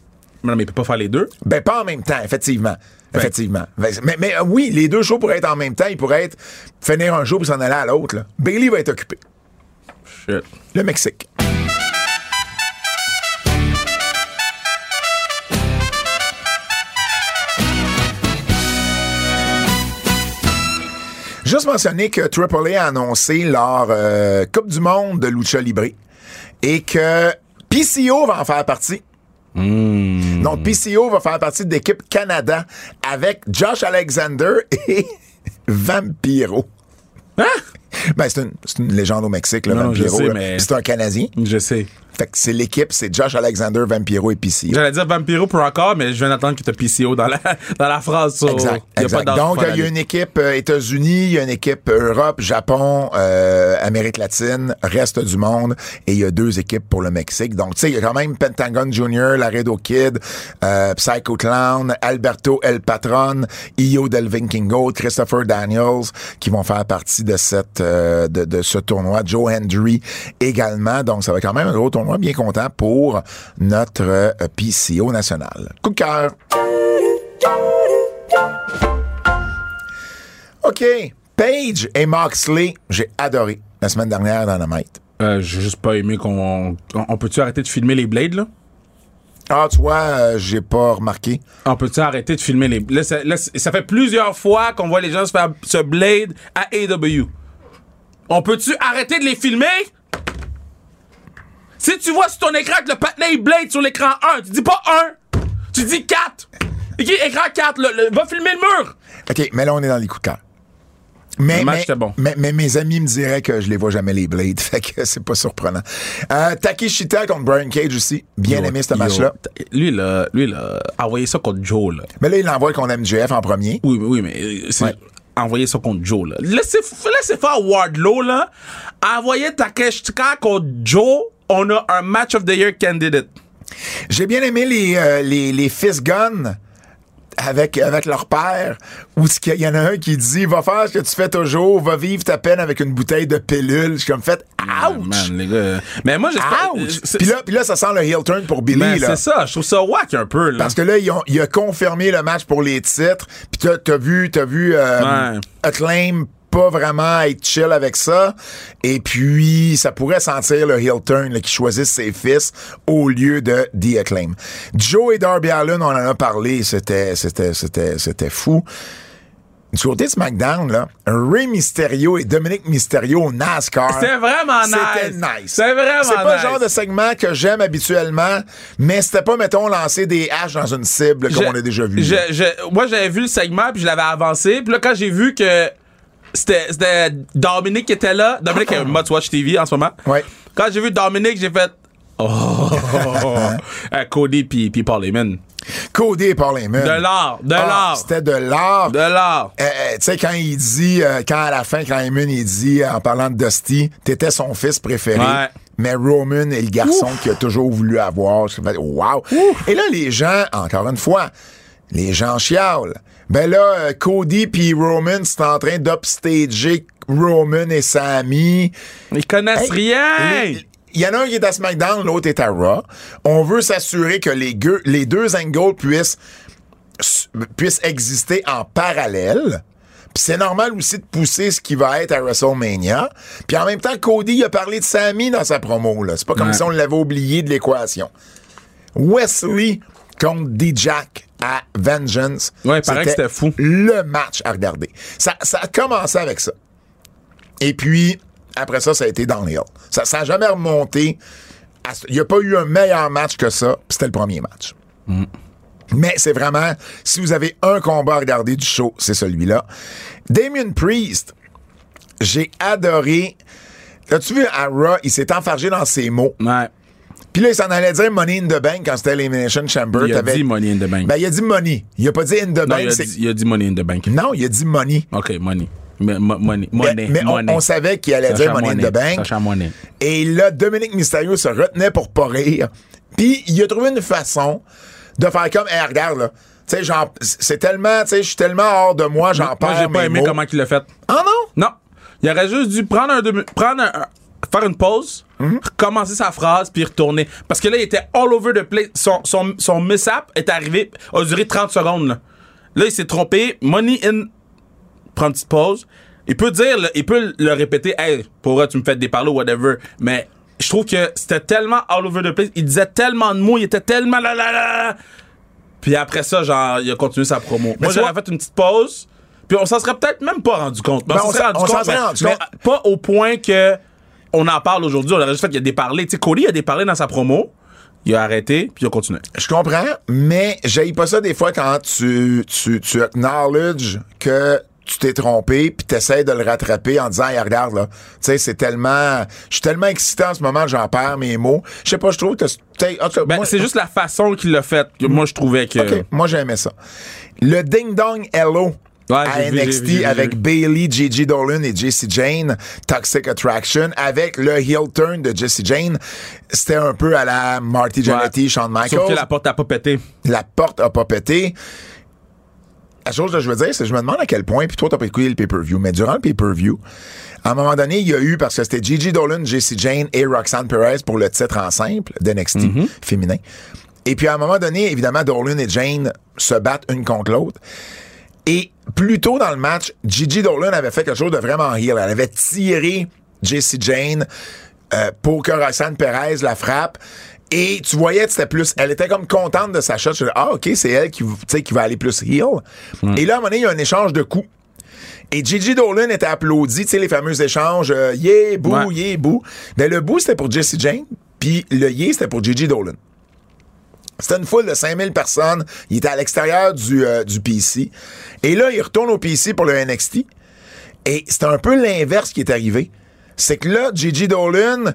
Speaker 3: non, mais il peut pas faire les deux.
Speaker 2: Ben, pas en même temps, effectivement. Effectivement. Ben, Mais, mais, euh, oui, les deux shows pourraient être en même temps. Ils pourraient être finir un jour puis s'en aller à l'autre. là. Bailey va être occupé.
Speaker 3: Shit.
Speaker 2: Le Mexique. Juste mentionner que Triple A a annoncé leur euh, Coupe du Monde de Lucha Libre et que PCO va en faire partie.
Speaker 3: Hmm.
Speaker 2: Donc, PCO va faire partie de l'équipe Canada avec Josh Alexander et Vampiro. Ben, c'est une, c'est une légende au Mexique, le
Speaker 3: Hein? Non, non, je
Speaker 2: Vampiro.
Speaker 3: sais,
Speaker 2: là.
Speaker 3: mais-
Speaker 2: Puis C'est un Canadien.
Speaker 3: Je sais.
Speaker 2: Fait que c'est l'équipe, c'est Josh Alexander, Vampiro et PCO.
Speaker 3: J'allais dire Vampiro pour encore, mais je viens d'entendre que t'as PCO dans la, dans la phrase. so
Speaker 2: Exact.
Speaker 3: y a
Speaker 2: exact.
Speaker 3: pas
Speaker 2: Donc, il y a une équipe euh, États-Unis, il y a une équipe euh, Europe, Japon, euh, Amérique latine, reste du monde, et il y a deux équipes pour le Mexique. Donc, tu sais, il y a quand même Pentagon Junior, Laredo Kid, euh, Psycho Clown, Alberto El Patron, Io Del Vinkingo, Christopher Daniels, qui vont faire partie de cette euh, de, de ce tournoi. Joe Hendry également. Donc, ça va être quand même un gros tournoi. Bien content pour notre euh, PCO national. Coup de cœur. OK. Page et Moxley, j'ai adoré la semaine dernière dans la Mite.
Speaker 3: Euh, J'ai juste pas aimé qu'on. On, on peut-tu arrêter de filmer les Blades, là?
Speaker 2: Ah, tu vois, euh, j'ai pas remarqué.
Speaker 3: On peut-tu arrêter de filmer les. Là, ça, là, ça fait plusieurs fois qu'on voit les gens se faire se Blade à AW. On peut-tu arrêter de les filmer? Si tu vois sur ton écran que le patinet il Blade sur l'écran 1, tu dis pas 1, tu dis 4. Et qui- Écran 4, là, le- va filmer le mur!
Speaker 2: OK, mais là, on est dans les coups de cœur. Mais,
Speaker 3: Le match
Speaker 2: mais-
Speaker 3: était bon.
Speaker 2: mais, mais mes amis me diraient que je les vois jamais les Blades, fait que c'est pas surprenant. Euh, Takeshita contre Brian Cage aussi, bien aimé ce
Speaker 3: Yo,
Speaker 2: match-là.
Speaker 3: t- Lui, là, lui, là, envoyez ça contre Joe, là.
Speaker 2: Mais là, il envoie qu'on aime MJF en premier.
Speaker 3: Oui, mais- oui, mais euh, c'est-
Speaker 2: Ouais.
Speaker 3: envoyez ça contre Joe, là. Laissez, f- laissez faire Wardlow, là. Envoyez Takeshka contre Joe. On a un match of the year candidate.
Speaker 2: J'ai bien aimé les, euh, les, les fist guns avec, avec leur père, où ce qu'il y a- il y en a un qui dit Va faire ce que tu fais toujours, va vivre ta peine avec une bouteille de pilule. Je suis comme fait
Speaker 3: Ah,
Speaker 2: Ouch!
Speaker 3: man, les gars. Mais moi, j'espère. Euh,
Speaker 2: Ouch!
Speaker 3: c'est-
Speaker 2: Puis là, puis là, ça sent le heel turn pour Billy.
Speaker 3: mais
Speaker 2: là.
Speaker 3: c'est ça, je trouve ça whack un peu, là.
Speaker 2: Parce que là, ils ont- il a confirmé le match pour les titres. Puis t'as, t'as vu, t'as vu euh,
Speaker 3: Ouais.
Speaker 2: Acclaim pas vraiment être chill avec ça. Et puis, ça pourrait sentir le heel turn là, qui choisisse ses fils au lieu de The Acclaim. Joe et Darby Allen, on en a parlé. C'était, c'était, c'était, c'était fou. Du côté de SmackDown, là, Ray Mysterio et Dominic Mysterio au NASCAR.
Speaker 3: C'est vraiment
Speaker 2: C'était
Speaker 3: Ah, nice.
Speaker 2: nice.
Speaker 3: C'est vraiment
Speaker 2: C'est pas
Speaker 3: nice.
Speaker 2: le genre de segment que j'aime habituellement, mais c'était pas, mettons, lancer des haches dans une cible comme
Speaker 3: Je-
Speaker 2: on a déjà vu.
Speaker 3: je-
Speaker 2: là.
Speaker 3: je- moi, j'avais vu le segment, puis je l'avais avancé. Puis là, quand j'ai vu que c'était c'était Dominique qui était là, Dominique est Must Watch TV en ce moment.
Speaker 2: Ah. Ouais.
Speaker 3: Quand j'ai vu Dominique, j'ai fait. Oh! Euh, Cody puis puis Paul Heyman.
Speaker 2: Cody et Paul Heyman.
Speaker 3: De l'art, de
Speaker 2: Ah,
Speaker 3: l'art,
Speaker 2: C'était de l'art.
Speaker 3: de l'art.
Speaker 2: Euh, euh, tu sais, quand il dit, euh, quand à la fin, quand Heyman, il dit, euh, en parlant de Dusty, t'étais son fils préféré.
Speaker 3: Ouais.
Speaker 2: Mais Roman est le garçon qu'il a toujours voulu avoir. Je fais, Wow! Et là, les gens, encore une fois, les gens chialent. Ben là, euh, Cody puis Roman, c'est en train d'upstager Roman et Sammy.
Speaker 3: Ils connaissent rien!
Speaker 2: Les- Il y en a un qui est à SmackDown, l'autre est à Raw. On veut s'assurer que les, gueux- les deux angles puissent, s- puissent exister en parallèle. Puis c'est normal aussi de pousser ce qui va être à WrestleMania. Puis en même temps, Cody il a parlé de Sammy dans sa promo. là. C'est pas comme
Speaker 3: Ouais.
Speaker 2: si on l'avait oublié de l'équation. Wesley contre D-Jack à Vengeance.
Speaker 3: Ouais, il paraît que c'était fou.
Speaker 2: Le match à regarder. Ça, ça a commencé avec ça. Et puis, après ça, ça a été downhill. Ça n'a jamais
Speaker 3: Mm.
Speaker 2: remonté. à ce- Il n'y a pas eu un meilleur match que ça, puis c'était le premier match. Mais c'est vraiment, si vous avez un combat à regarder du show, c'est celui-là. Damien Priest, j'ai adoré. As-tu vu à Raw, il s'est enfargé dans ses mots.
Speaker 3: Ouais.
Speaker 2: Puis là, il s'en allait dire Money in the Bank quand c'était Elimination Chamber.
Speaker 3: Il a dit Money in the Bank.
Speaker 2: Ben, il a dit Money. Il a pas dit in the
Speaker 3: Non,
Speaker 2: Bank.
Speaker 3: il, a
Speaker 2: Ben, c'est-
Speaker 3: dit, il a dit Money in the Bank.
Speaker 2: Non, il a dit Money.
Speaker 3: OK, Money. Mais, mo- money. Money.
Speaker 2: mais on-
Speaker 3: money.
Speaker 2: on, savait qu'il allait
Speaker 3: Sacha
Speaker 2: dire Money in the Bank.
Speaker 3: Sacha Money.
Speaker 2: Et là, Dominique Mysterio se retenait pour pas rire. Puis il a trouvé une façon de faire comme, hey, regarde, là. Tu sais, j'en- c'est tellement, tu sais, je suis tellement hors de moi, j'en
Speaker 3: Moi,
Speaker 2: parle.
Speaker 3: j'ai pas aimé comment il l'a fait.
Speaker 2: Ah non?
Speaker 3: Non. Il aurait juste dû prendre un demi- prendre un- un- faire une pause,
Speaker 2: Mhm.
Speaker 3: recommencer sa phrase, puis retourner. Parce que là, il était all over the place. Son, son, son mishap est arrivé, a duré 30 secondes. Là, Là, il s'est trompé. Money in. Prendre une petite pause. Il peut dire, là, il peut le répéter, hey, pour vrai, tu me fais des parler ou whatever. Mais je trouve que c'était tellement all over the place. Il disait tellement de mots, il était tellement la la la la. Puis après ça, genre, il a continué sa promo. Moi,
Speaker 2: tu
Speaker 3: j'aurais
Speaker 2: vois-
Speaker 3: fait une petite pause. Puis on s'en serait peut-être même pas rendu compte. Ben,
Speaker 2: Ben,
Speaker 3: on
Speaker 2: on
Speaker 3: s'en
Speaker 2: s'en-
Speaker 3: serait rendu
Speaker 2: on
Speaker 3: compte,
Speaker 2: s'en serait
Speaker 3: mais-
Speaker 2: rendu
Speaker 3: mais
Speaker 2: compte.
Speaker 3: pas au point que on en parle aujourd'hui. On aurait juste fait qu'il y a des parlés. Tu sais, Cody a des parlés dans sa promo. Il a arrêté, puis il a continué.
Speaker 2: Je comprends, mais j'aille pas ça des fois quand tu, tu, tu acknowledge que tu t'es trompé puis t'essayes de le rattraper en disant hey, regarde là tu sais c'est tellement je suis tellement excité en ce moment que j'en perds mes mots je sais pas je trouve que c'est- tu sais, en tout cas,
Speaker 3: Ben,
Speaker 2: moi-
Speaker 3: c'est juste la façon qu'il l'a fait. que Moi, je trouvais que.
Speaker 2: OK, moi j'aimais ça. Le Ding Dong Hello à
Speaker 3: j'ai vu, j'ai
Speaker 2: NXT
Speaker 3: vu, j'ai vu.
Speaker 2: avec Bailey, Gigi Dolan et Jesse Jane, Toxic Attraction, avec le heel turn de Jesse Jane. C'était un peu à la Marty Jannetty, Shawn Michaels.
Speaker 3: Sauf que la porte a pas pété.
Speaker 2: La porte a pas pété. La chose que je veux dire, c'est que je me demande à quel point, puis toi, t'as pas écouté le pay-per-view, mais durant le pay-per-view, à un moment donné, il y a eu, parce que c'était Gigi Dolan, JC Jane et Roxanne Perez pour le titre en simple d'NXT féminin. Et puis à un moment donné, évidemment, Dolan et Jane se battent une contre l'autre. Et plus tôt dans le match, Gigi Dolan avait fait quelque chose de vraiment rire. Elle avait tiré JC Jane euh, pour que Roxanne Perez la frappe. Et tu voyais que c'était plus. Elle était comme contente de sa shot. Je dis, ah, OK, c'est elle qui, tu sais, qui va aller plus heel. Et là, à un moment donné, il y a un échange de coups. Et Gigi Dolan était applaudi, tu sais, les fameux échanges, euh, yeah, boo,
Speaker 3: Ouais.
Speaker 2: yeah, boo. Ben, le boo, c'était pour Jesse Jane, puis le yeah, c'était pour Gigi Dolan. C'était une foule de 5000 personnes. Il était à l'extérieur du, euh, du PC. Et là, il retourne au PC pour le NXT. Et c'est un peu l'inverse qui est arrivé. C'est que là, Gigi Dolan,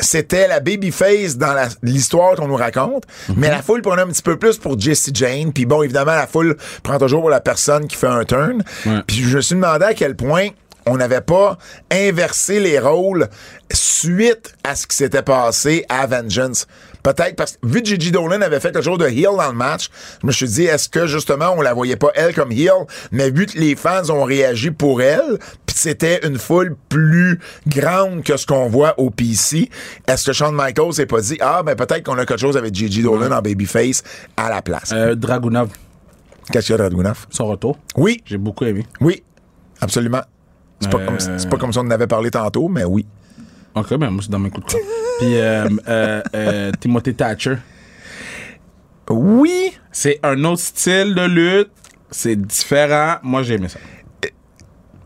Speaker 2: c'était la babyface dans la- l'histoire qu'on nous raconte, mais la foule prenait un petit peu plus pour Jesse Jane. Puis bon, évidemment, la foule prend toujours pour la personne qui fait un turn.
Speaker 3: Ouais.
Speaker 2: Puis je me suis demandé à quel point on n'avait pas inversé les rôles suite à ce qui s'était passé à Vengeance. Peut-être parce que, vu que Gigi Dolan avait fait quelque chose de heel dans le match, je me suis dit, est-ce que justement on la voyait pas elle comme heel, mais vu que les fans ont réagi pour elle, puis c'était une foule plus grande que ce qu'on voit au PC, est-ce que Shawn Michaels s'est pas dit, ah, ben peut-être qu'on a quelque chose avec Gigi Dolan en babyface à la place?
Speaker 3: Euh, Dragunov,
Speaker 2: Qu'est-ce qu'il y a, Radgunov?
Speaker 3: son retour.
Speaker 2: Oui,
Speaker 3: J'ai beaucoup aimé.
Speaker 2: oui, absolument. C'est pas,
Speaker 3: Euh,
Speaker 2: comme, c'est pas comme si on en avait parlé tantôt, mais oui.
Speaker 3: Ok, ben moi, c'est dans mes coups de cœur. Puis, euh, euh, euh, Timothée Thatcher.
Speaker 2: Oui,
Speaker 3: C'est un autre style de lutte. C'est différent. Moi, j'ai aimé ça.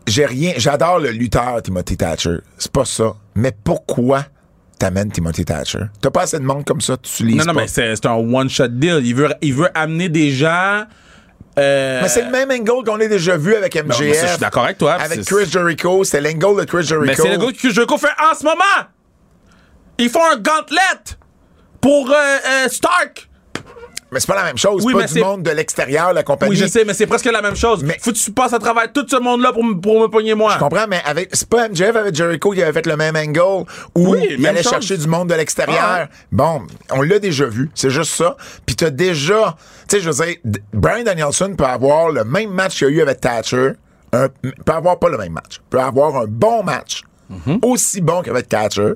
Speaker 2: j'ai rien. J'adore le lutteur Timothy Thatcher. C'est pas ça. Mais pourquoi t'amènes Timothy Thatcher? T'as pas assez de monde comme ça, tu lis
Speaker 3: Non, non,
Speaker 2: pas.
Speaker 3: mais c'est c'est un one-shot deal. Il veut, il veut amener des gens. euh,
Speaker 2: Mais c'est le même angle qu'on a déjà vu avec
Speaker 3: Non,
Speaker 2: MJF.
Speaker 3: mais ça, je suis d'accord avec toi.
Speaker 2: Avec
Speaker 3: C'est-
Speaker 2: Chris Jericho, c'est l'angle de Chris Jericho.
Speaker 3: Mais c'est le gars que Jericho fait en ce moment. Ils font un gauntlet pour euh, euh, Stark.
Speaker 2: Mais c'est pas la même chose. c'est
Speaker 3: Oui, mais
Speaker 2: pas du
Speaker 3: c'est-
Speaker 2: monde de l'extérieur, la compagnie.
Speaker 3: Oui, je sais, mais c'est presque la même chose.
Speaker 2: Mais-
Speaker 3: Faut que tu passes à travers tout ce monde-là pour, m- pour me pogner moi.
Speaker 2: Je comprends, mais avec, c'est pas MJF avec Jericho qui avait fait le même angle où
Speaker 3: Oui,
Speaker 2: il
Speaker 3: même
Speaker 2: allait
Speaker 3: chose.
Speaker 2: chercher du monde de
Speaker 3: Ah,
Speaker 2: l'extérieur. Bon, on l'a déjà vu, c'est juste ça. Puis t'as déjà, tu sais, je veux dire, D- Brian Danielson peut avoir le même match qu'il y a eu avec Thatcher, un- peut avoir pas le même match, peut avoir un bon match,
Speaker 3: Mm-hmm.
Speaker 2: aussi bon qu'avec Thatcher,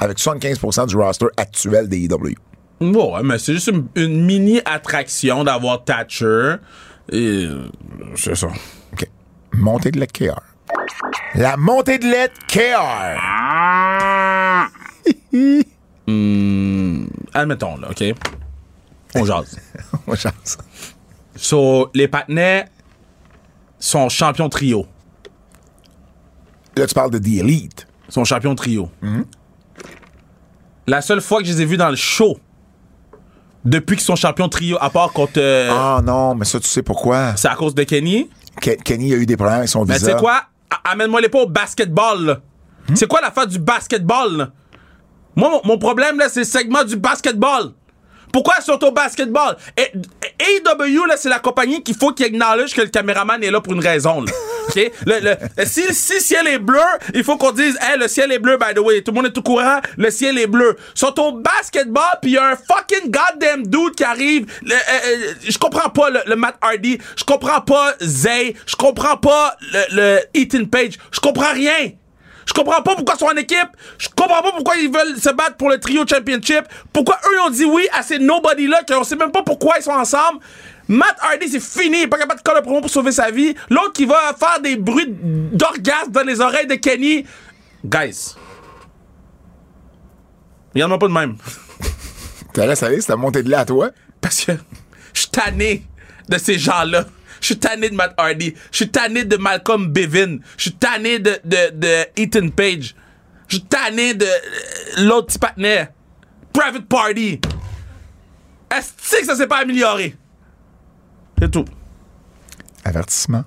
Speaker 2: avec 75% du roster actuel des E IW.
Speaker 3: Ouais, mais c'est juste une, une mini-attraction d'avoir Thatcher. Et, euh, c'est ça.
Speaker 2: OK. Montée de lait KR. La montée de lait KR.
Speaker 3: Admettons, là, OK? On jase.
Speaker 2: Moi, je pense.
Speaker 3: So, les Patnais sont champions trio.
Speaker 2: Là, tu parles de The Elite.
Speaker 3: Sont champions trio. La seule fois que je les ai vus dans le show depuis qu'ils sont champions trio, à part contre. euh,
Speaker 2: Ah non, mais ça, tu sais pourquoi.
Speaker 3: C'est à cause de Kenny.
Speaker 2: Ke- Kenny a eu des problèmes avec son
Speaker 3: Mais
Speaker 2: visa.
Speaker 3: tu sais quoi? A- Amène-moi les pas au basketball. là. C'est quoi l'affaire du basketball? là? Moi, mon, mon problème, là, c'est le segment du basketball. Pourquoi ils sont au basketball? Et, et- AEW, là, c'est la compagnie qu'il faut qu'ils acknowledge que le caméraman est là pour une raison. là. OK? Le, le- si, si le ciel est bleu, il faut qu'on dise, hey, le ciel est bleu, by the way. Tout le monde est au courant, le ciel est bleu. Ils sont au basketball, puis il y a un fucking goddamn dude qui arrive. Le- euh, euh, je comprends pas le, le Matt Hardy, je comprends pas Zay, je comprends pas le, le Ethan Page, je comprends rien. Je comprends pas pourquoi ils sont en équipe. Je comprends pas pourquoi ils veulent se battre pour le trio championship. Pourquoi eux ils ont dit oui à ces nobody-là, qu'on sait même pas pourquoi ils sont ensemble. Matt Hardy, c'est fini, il est pas capable de coller le promo pour sauver sa vie. L'autre qui va faire des bruits d'orgasme dans les oreilles de Kenny. Guys. Regarde-moi pas de même.
Speaker 2: T'as laissé aller, c'était monté de là à toi.
Speaker 3: Parce que je suis tanné de ces gens-là. Je suis tanné de Matt Hardy. Je suis tanné de Malcolm Bevin. Je suis tanné de, de, de Ethan Page. Je suis tanné de euh, l'autre petit partenaire. Private Party. Est-ce que ça s'est pas amélioré? C'est tout.
Speaker 2: Avertissement.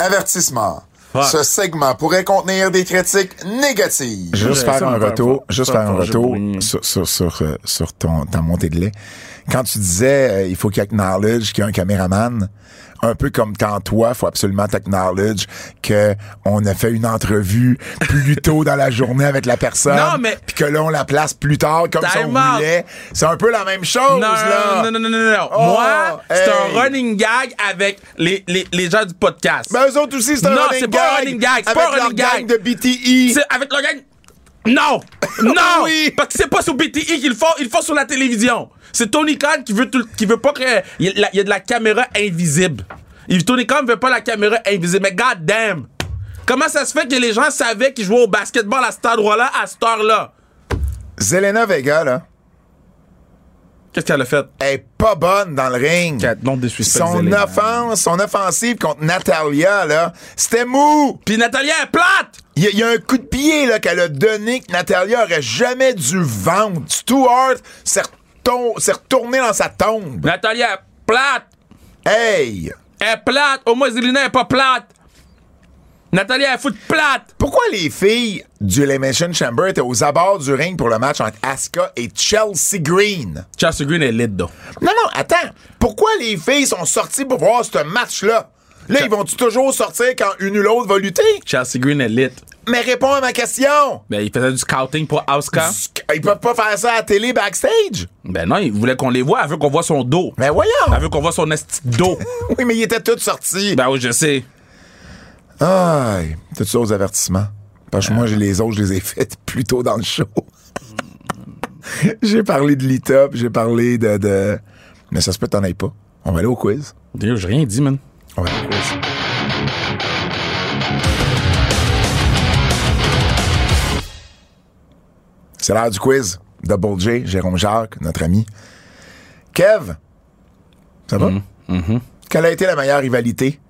Speaker 2: Avertissement. Ce segment pourrait contenir des critiques négatives. Juste
Speaker 3: Ouais,
Speaker 2: faire
Speaker 3: ça
Speaker 2: un
Speaker 3: me fait
Speaker 2: retour,
Speaker 3: fort.
Speaker 2: juste
Speaker 3: Ça me
Speaker 2: faire un
Speaker 3: fait
Speaker 2: retour
Speaker 3: brûler.
Speaker 2: sur, sur, sur, euh, sur ton, ta montée de lait. Quand tu disais, euh, il faut qu'il acknowledge qu'il y a un caméraman, un peu comme quand toi, faut absolument t'acknowledge que on a fait une entrevue plus tôt dans la journée avec la personne.
Speaker 3: Non, mais-
Speaker 2: Puis que là, on la place plus tard, comme si on
Speaker 3: Time out.
Speaker 2: voulait. C'est un peu la même chose, là.
Speaker 3: non, non, non, non, non, non.
Speaker 2: Oh,
Speaker 3: Moi, c'est
Speaker 2: hey. Ben
Speaker 3: un running gag avec les, les, les gens du podcast.
Speaker 2: Mais eux autres aussi, c'est un
Speaker 3: Non,
Speaker 2: running
Speaker 3: c'est pas un
Speaker 2: gag.
Speaker 3: running gag, c'est
Speaker 2: Avec
Speaker 3: pas un
Speaker 2: leur
Speaker 3: running
Speaker 2: gang
Speaker 3: gag.
Speaker 2: de E. BTE.
Speaker 3: C'est avec le gang. Non! Non!
Speaker 2: Oui.
Speaker 3: Parce que c'est pas sur E BTI qu'ils le font, ils le font sur la télévision. C'est Tony Khan qui veut, tout- qui veut pas qu'il y, ait la- il y ait de la caméra invisible. Il- Tony Khan veut pas la caméra invisible. Mais god damn! Comment ça se fait que les gens savaient qu'ils jouaient au basketball à cet endroit-là, à cette heure-là?
Speaker 2: Zelena Vega, là,
Speaker 3: Qu'est-ce qu'elle a fait?
Speaker 2: elle est pas bonne dans le ring.
Speaker 3: Quatre noms de suspects,
Speaker 2: Son
Speaker 3: Zelena.
Speaker 2: offense, son offensive contre Natalia, là, c'était mou.
Speaker 3: Puis Natalia est plate!
Speaker 2: Il y, a- il y a un coup de pied, là, qu'elle a donné que Natalia aurait jamais dû vendre. Stuart s'est retom- s'est retourné dans sa tombe.
Speaker 3: Natalia est plate!
Speaker 2: Hey!
Speaker 3: Elle est plate! Au moins, Zelina est pas plate! Natalia est foot plate!
Speaker 2: Pourquoi les filles du Elimination Chamber étaient aux abords du ring pour le match entre Asuka et Chelsea Green?
Speaker 3: Chelsea Green est lit, donc.
Speaker 2: Non, non, attends. Pourquoi les filles sont sorties pour voir ce match-là? Là, ils vont-tu toujours sortir quand une ou l'autre va lutter?
Speaker 3: Chelsea Green est lit.
Speaker 2: Mais réponds à ma question!
Speaker 3: Ben, il faisait du scouting pour Asuka.
Speaker 2: Ils peuvent pas faire ça à la télé backstage?
Speaker 3: Ben non, il voulait qu'on les voit. Elle veut qu'on voit son dos.
Speaker 2: Mais
Speaker 3: Elle
Speaker 2: voyons!
Speaker 3: veut qu'on voit son esti de dos.
Speaker 2: Oui, mais ils étaient tous sortis.
Speaker 3: ben oui, je sais.
Speaker 2: Aïe! T'as-tu d'autres avertissements? Parce que moi, j'ai les autres, je les ai faites plus tôt dans le show. j'ai parlé de l'ITOP, j'ai parlé de, de- Mais ça se peut que t'en ailles pas. On va aller au quiz.
Speaker 3: D'ailleurs, j'ai rien dit, man.
Speaker 2: On va aller au quiz. C'est l'heure du quiz. Double J, Jérôme Jacques, notre ami. Kev, ça va?
Speaker 3: Mm-hmm.
Speaker 2: Quelle a été la meilleure rivalité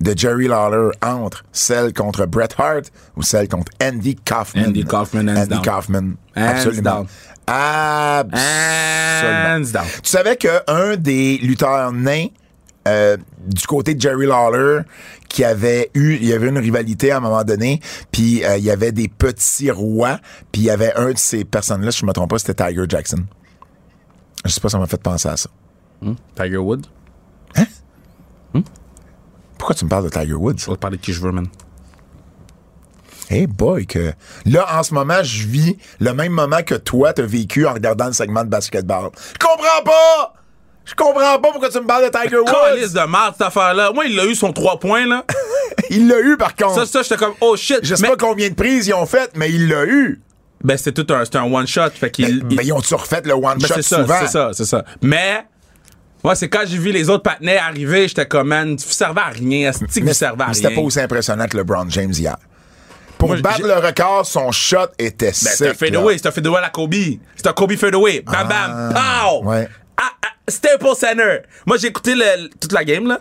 Speaker 2: de Jerry Lawler entre celle contre Bret Hart ou celle contre Andy Kaufman?
Speaker 3: Andy Kaufman, hands
Speaker 2: Andy
Speaker 3: down.
Speaker 2: Kaufman,
Speaker 3: Hands
Speaker 2: absolument.
Speaker 3: down.
Speaker 2: Absolument.
Speaker 3: Hands down.
Speaker 2: Tu savais qu'un des lutteurs nains euh, du côté de Jerry Lawler, qui avait eu, il y avait une rivalité à un moment donné, puis euh, il y avait des petits rois, puis il y avait un de ces personnes-là, si je me trompe pas, c'était Tiger Jackson. Je sais pas, ça m'a fait penser à ça.
Speaker 3: Tiger Woods.
Speaker 2: Pourquoi tu me parles de Tiger Woods?
Speaker 3: Je vais te parler de qui je veux, man.
Speaker 2: Hey boy, que là, en ce moment, je vis le même moment que toi, t'as vécu en regardant le segment de basketball. Je comprends pas! Je comprends pas pourquoi tu me parles de Tiger Woods!
Speaker 3: Calice de merde, cette affaire-là. Moi, il a eu son 3 points, là.
Speaker 2: Il l'a eu, par contre.
Speaker 3: ça, ça, j'étais comme, oh shit.
Speaker 2: Je sais
Speaker 3: Mais-
Speaker 2: pas combien de prises ils ont faites, mais il l'a eu.
Speaker 3: Ben, c'était tout un, c'était un one-shot. Fait qu'il. il-
Speaker 2: Mais ils ont-tu refait le one
Speaker 3: Ben,
Speaker 2: Ben, shot
Speaker 3: c'est ça,
Speaker 2: souvent?
Speaker 3: c'est ça, c'est ça. Mais. Ouais, c'est quand j'ai vu les autres partenaires arriver, j'étais comme, man, tu servais à rien. Asti que
Speaker 2: Mais
Speaker 3: tu servais à
Speaker 2: mais
Speaker 3: rien.
Speaker 2: c'était pas aussi impressionnant que LeBron James hier. Pour
Speaker 3: Moi,
Speaker 2: battre
Speaker 3: j'ai-
Speaker 2: le record, son shot était
Speaker 3: Ben,
Speaker 2: sick.
Speaker 3: c'est un
Speaker 2: là.
Speaker 3: fadeaway, c'est un fadeaway à la Kobe. C'est un Kobe fadeaway. Bam, bam,
Speaker 2: Ah,
Speaker 3: pow!
Speaker 2: ouais.
Speaker 3: Ah, ah, Staples Center. Moi, j'ai écouté le- toute la game, là.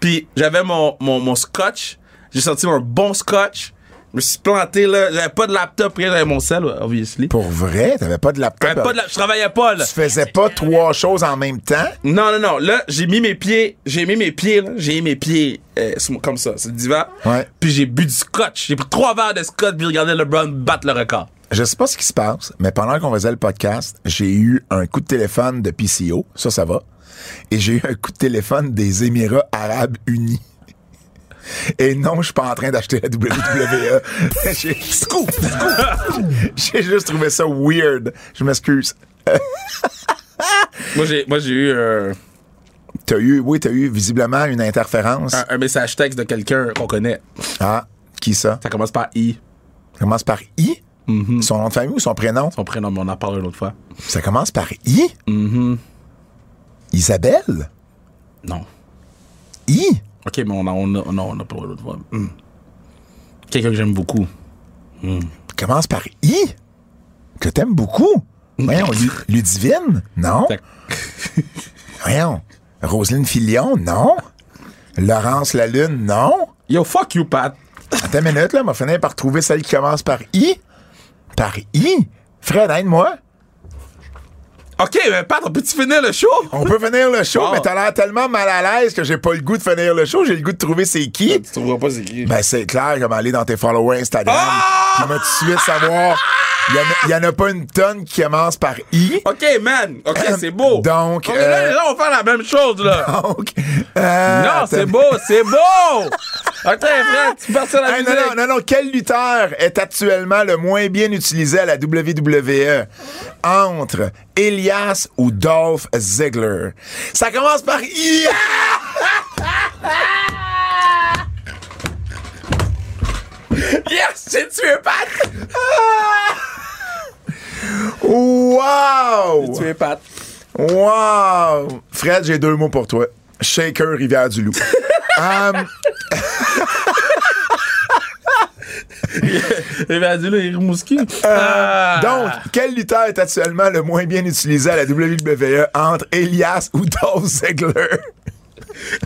Speaker 3: Puis, j'avais mon, mon, mon scotch. J'ai sorti un bon scotch. Je me suis planté, là. J'avais pas de laptop, rien, j'avais mon sel, obviously.
Speaker 2: Pour vrai? T'avais pas de laptop?
Speaker 3: J'avais pas de la- Je travaillais pas, là.
Speaker 2: Tu faisais pas trois choses en même temps?
Speaker 3: Non, non, non. Là, j'ai mis mes pieds, j'ai mis mes pieds, là. J'ai mis mes pieds euh, sur mon- comme ça, sur le divan.
Speaker 2: Ouais.
Speaker 3: Puis j'ai bu du scotch. J'ai pris trois verres de scotch, puis regardé LeBron battre le record.
Speaker 2: Je sais pas ce qui se passe, mais pendant qu'on faisait le podcast, j'ai eu un coup de téléphone de PCO, ça, ça va. Et j'ai eu un coup de téléphone des Émirats Arabes Unis. Et non, je suis pas en train d'acheter la WWE. J'ai- Scoop! Scoop! j'ai juste trouvé ça weird. Je m'excuse.
Speaker 3: Moi, j'ai, moi, j'ai eu euh,
Speaker 2: T'as eu, oui, t'as eu visiblement une interférence.
Speaker 3: un, un message texte de quelqu'un qu'on connaît.
Speaker 2: Ah, qui ça?
Speaker 3: Ça commence par I.
Speaker 2: Ça commence par I? Son nom de famille ou son prénom?
Speaker 3: Son prénom, mais on en parle une autre fois.
Speaker 2: Ça commence par I? Isabelle?
Speaker 3: Non.
Speaker 2: I?
Speaker 3: OK, mais on a, on a, on a, on a parlé l'autre fois. Hmm. Quelqu'un que j'aime beaucoup.
Speaker 2: commence par I, que t'aimes beaucoup. Voyons, Lu- Ludivine? Non.
Speaker 3: Tac.
Speaker 2: Voyons. Roselyne Filion? Non. Laurence Lalune? Non.
Speaker 3: Yo, fuck you, Pat.
Speaker 2: Attends une minute, là, on va finir par trouver celle qui commence par I. Par I? Fred, aide-moi.
Speaker 3: OK, mais Pat, on peut-tu finir le show?
Speaker 2: On peut finir le show,
Speaker 3: Ah.
Speaker 2: mais t'as l'air tellement mal à l'aise que j'ai pas le goût de finir le show. J'ai le goût de trouver c'est qui.
Speaker 3: Tu trouveras pas c'est qui.
Speaker 2: Ben, c'est clair, comme aller dans tes followers Instagram.
Speaker 3: Ah!
Speaker 2: Puis on va tout de suite savoir. Il y en a- Il y, en a pas une tonne qui commence par I.
Speaker 3: OK, man. OK, c'est beau.
Speaker 2: Donc,
Speaker 3: OK, là,
Speaker 2: euh, Ah,
Speaker 3: là, on va faire la même chose, là.
Speaker 2: Donc, euh,
Speaker 3: non,
Speaker 2: attends.
Speaker 3: c'est beau, c'est beau. OK, frère, tu passes à la
Speaker 2: Ah! Hey, non,
Speaker 3: musique.
Speaker 2: non, non, non. Quel lutteur est actuellement le moins bien utilisé à la WWE? Entre Elias ou Dolph Ziggler? Ça commence par I.
Speaker 3: Yes, j'ai tué Pat.
Speaker 2: Wow!
Speaker 3: Tué Pat.
Speaker 2: Wow! Fred, j'ai deux mots pour toi. Shaker Rivière-du-Loup. Hum,
Speaker 3: Il va dire, là, il Ah. remouski.
Speaker 2: Euh, donc, quel lutteur est actuellement le moins bien utilisé à la WWE entre Elias ou Dolph Ziggler?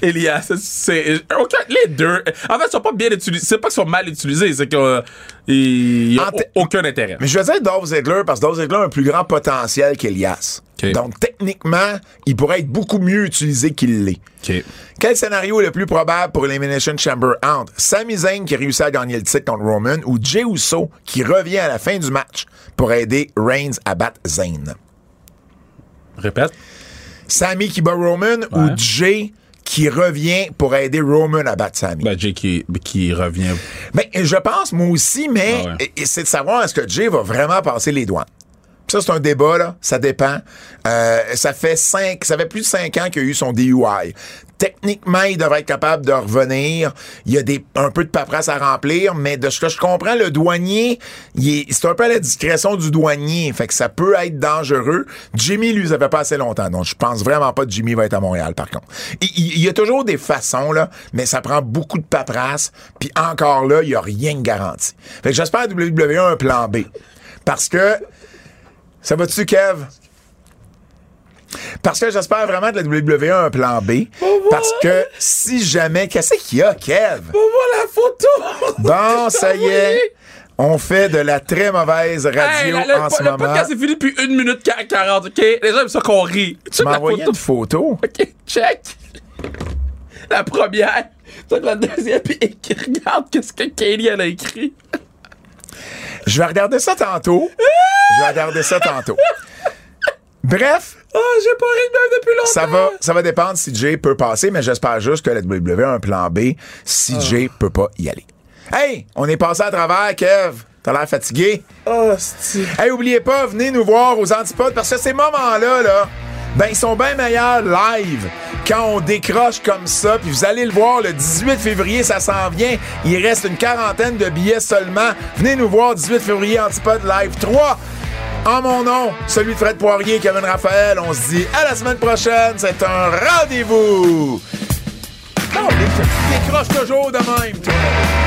Speaker 3: Elias, c'est. OK, les deux. En fait, ils sont pas bien utilisés. C'est pas qu'ils sont mal utilisés, c'est qu'ils ont ils ont
Speaker 2: En te-
Speaker 3: aucun intérêt.
Speaker 2: Mais je vais dire Dolph Ziggler parce que Dolph Ziggler a un plus grand potentiel qu'Elias.
Speaker 3: OK.
Speaker 2: Donc, techniquement, il pourrait être beaucoup mieux utilisé qu'il l'est.
Speaker 3: OK.
Speaker 2: Quel scénario est le plus probable pour l'Elimination Chamber entre Sami Zayn qui réussit à gagner le titre contre Roman ou Jey Uso qui revient à la fin du match pour aider Reigns à battre Zayn?
Speaker 3: Répète.
Speaker 2: Sami qui bat Roman ou Jay qui revient pour aider Roman à battre Sami?
Speaker 3: Ben, Jay qui, qui revient.
Speaker 2: Ben, je pense, moi aussi, mais
Speaker 3: Ah ouais.
Speaker 2: et- et c'est de savoir est-ce que Jay va vraiment passer les doigts. Ça, c'est un débat, là. Ça dépend. Euh, ça fait cinq, ça fait plus de cinq ans qu'il y a eu son DUI. Techniquement, il devrait être capable de revenir. Il y a des, un peu de paperasse à remplir, mais de ce que je comprends, le douanier, il est- c'est un peu à la discrétion du douanier. Fait que ça peut être dangereux. Jimmy, lui, ça fait pas assez longtemps. Donc, je pense vraiment pas que Jimmy va être à Montréal, par contre. Il, il- il y a toujours des façons, là, mais ça prend beaucoup de paperasse. Puis encore là, il y a rien de garanti. Fait que j'espère que WWE a un plan B. Parce que, ça va-tu, Kev? Parce que j'espère vraiment que la WWE a un plan B. Parce que si jamais. Qu'est-ce qu'il y a, Kev?
Speaker 3: On voit la photo.
Speaker 2: Bon, ça y est. On fait de la très mauvaise
Speaker 3: Hey,
Speaker 2: radio
Speaker 3: là, le,
Speaker 2: en
Speaker 3: po-
Speaker 2: ce
Speaker 3: le
Speaker 2: moment.
Speaker 3: podcast est fini depuis 1 minute 40, OK? Les gens aiment ça qu'on rit. Tu
Speaker 2: Tu m'as envoyé une photo.
Speaker 3: OK, check. La première, check la deuxième, puis écrit- regarde qu'est-ce que Katie, elle a écrit.
Speaker 2: Je vais regarder ça tantôt. Je vais regarder ça tantôt. Bref,
Speaker 3: Ah, j'ai pas ri de même depuis longtemps.
Speaker 2: ça va, ça va dépendre si Jay peut passer, mais j'espère juste que la WWE a un plan B si Jay peut pas y aller. Hey, on est passé à travers, Kev. T'as l'air fatigué.
Speaker 3: Oh, c'est...
Speaker 2: Hey, oubliez pas, venez nous voir aux Antipodes parce que ces moments-là, là, ben, ils sont bien meilleurs live quand on décroche comme ça. Puis vous allez le voir le 18 février, ça s'en vient. Il reste une quarantaine de billets seulement. Venez nous voir 18 février Antipodes Live 3. En mon nom, celui de Fred Poirier, Kevin Raphaël, on se dit à la semaine prochaine. C'est un rendez-vous. Non, décroche toujours de même. toi.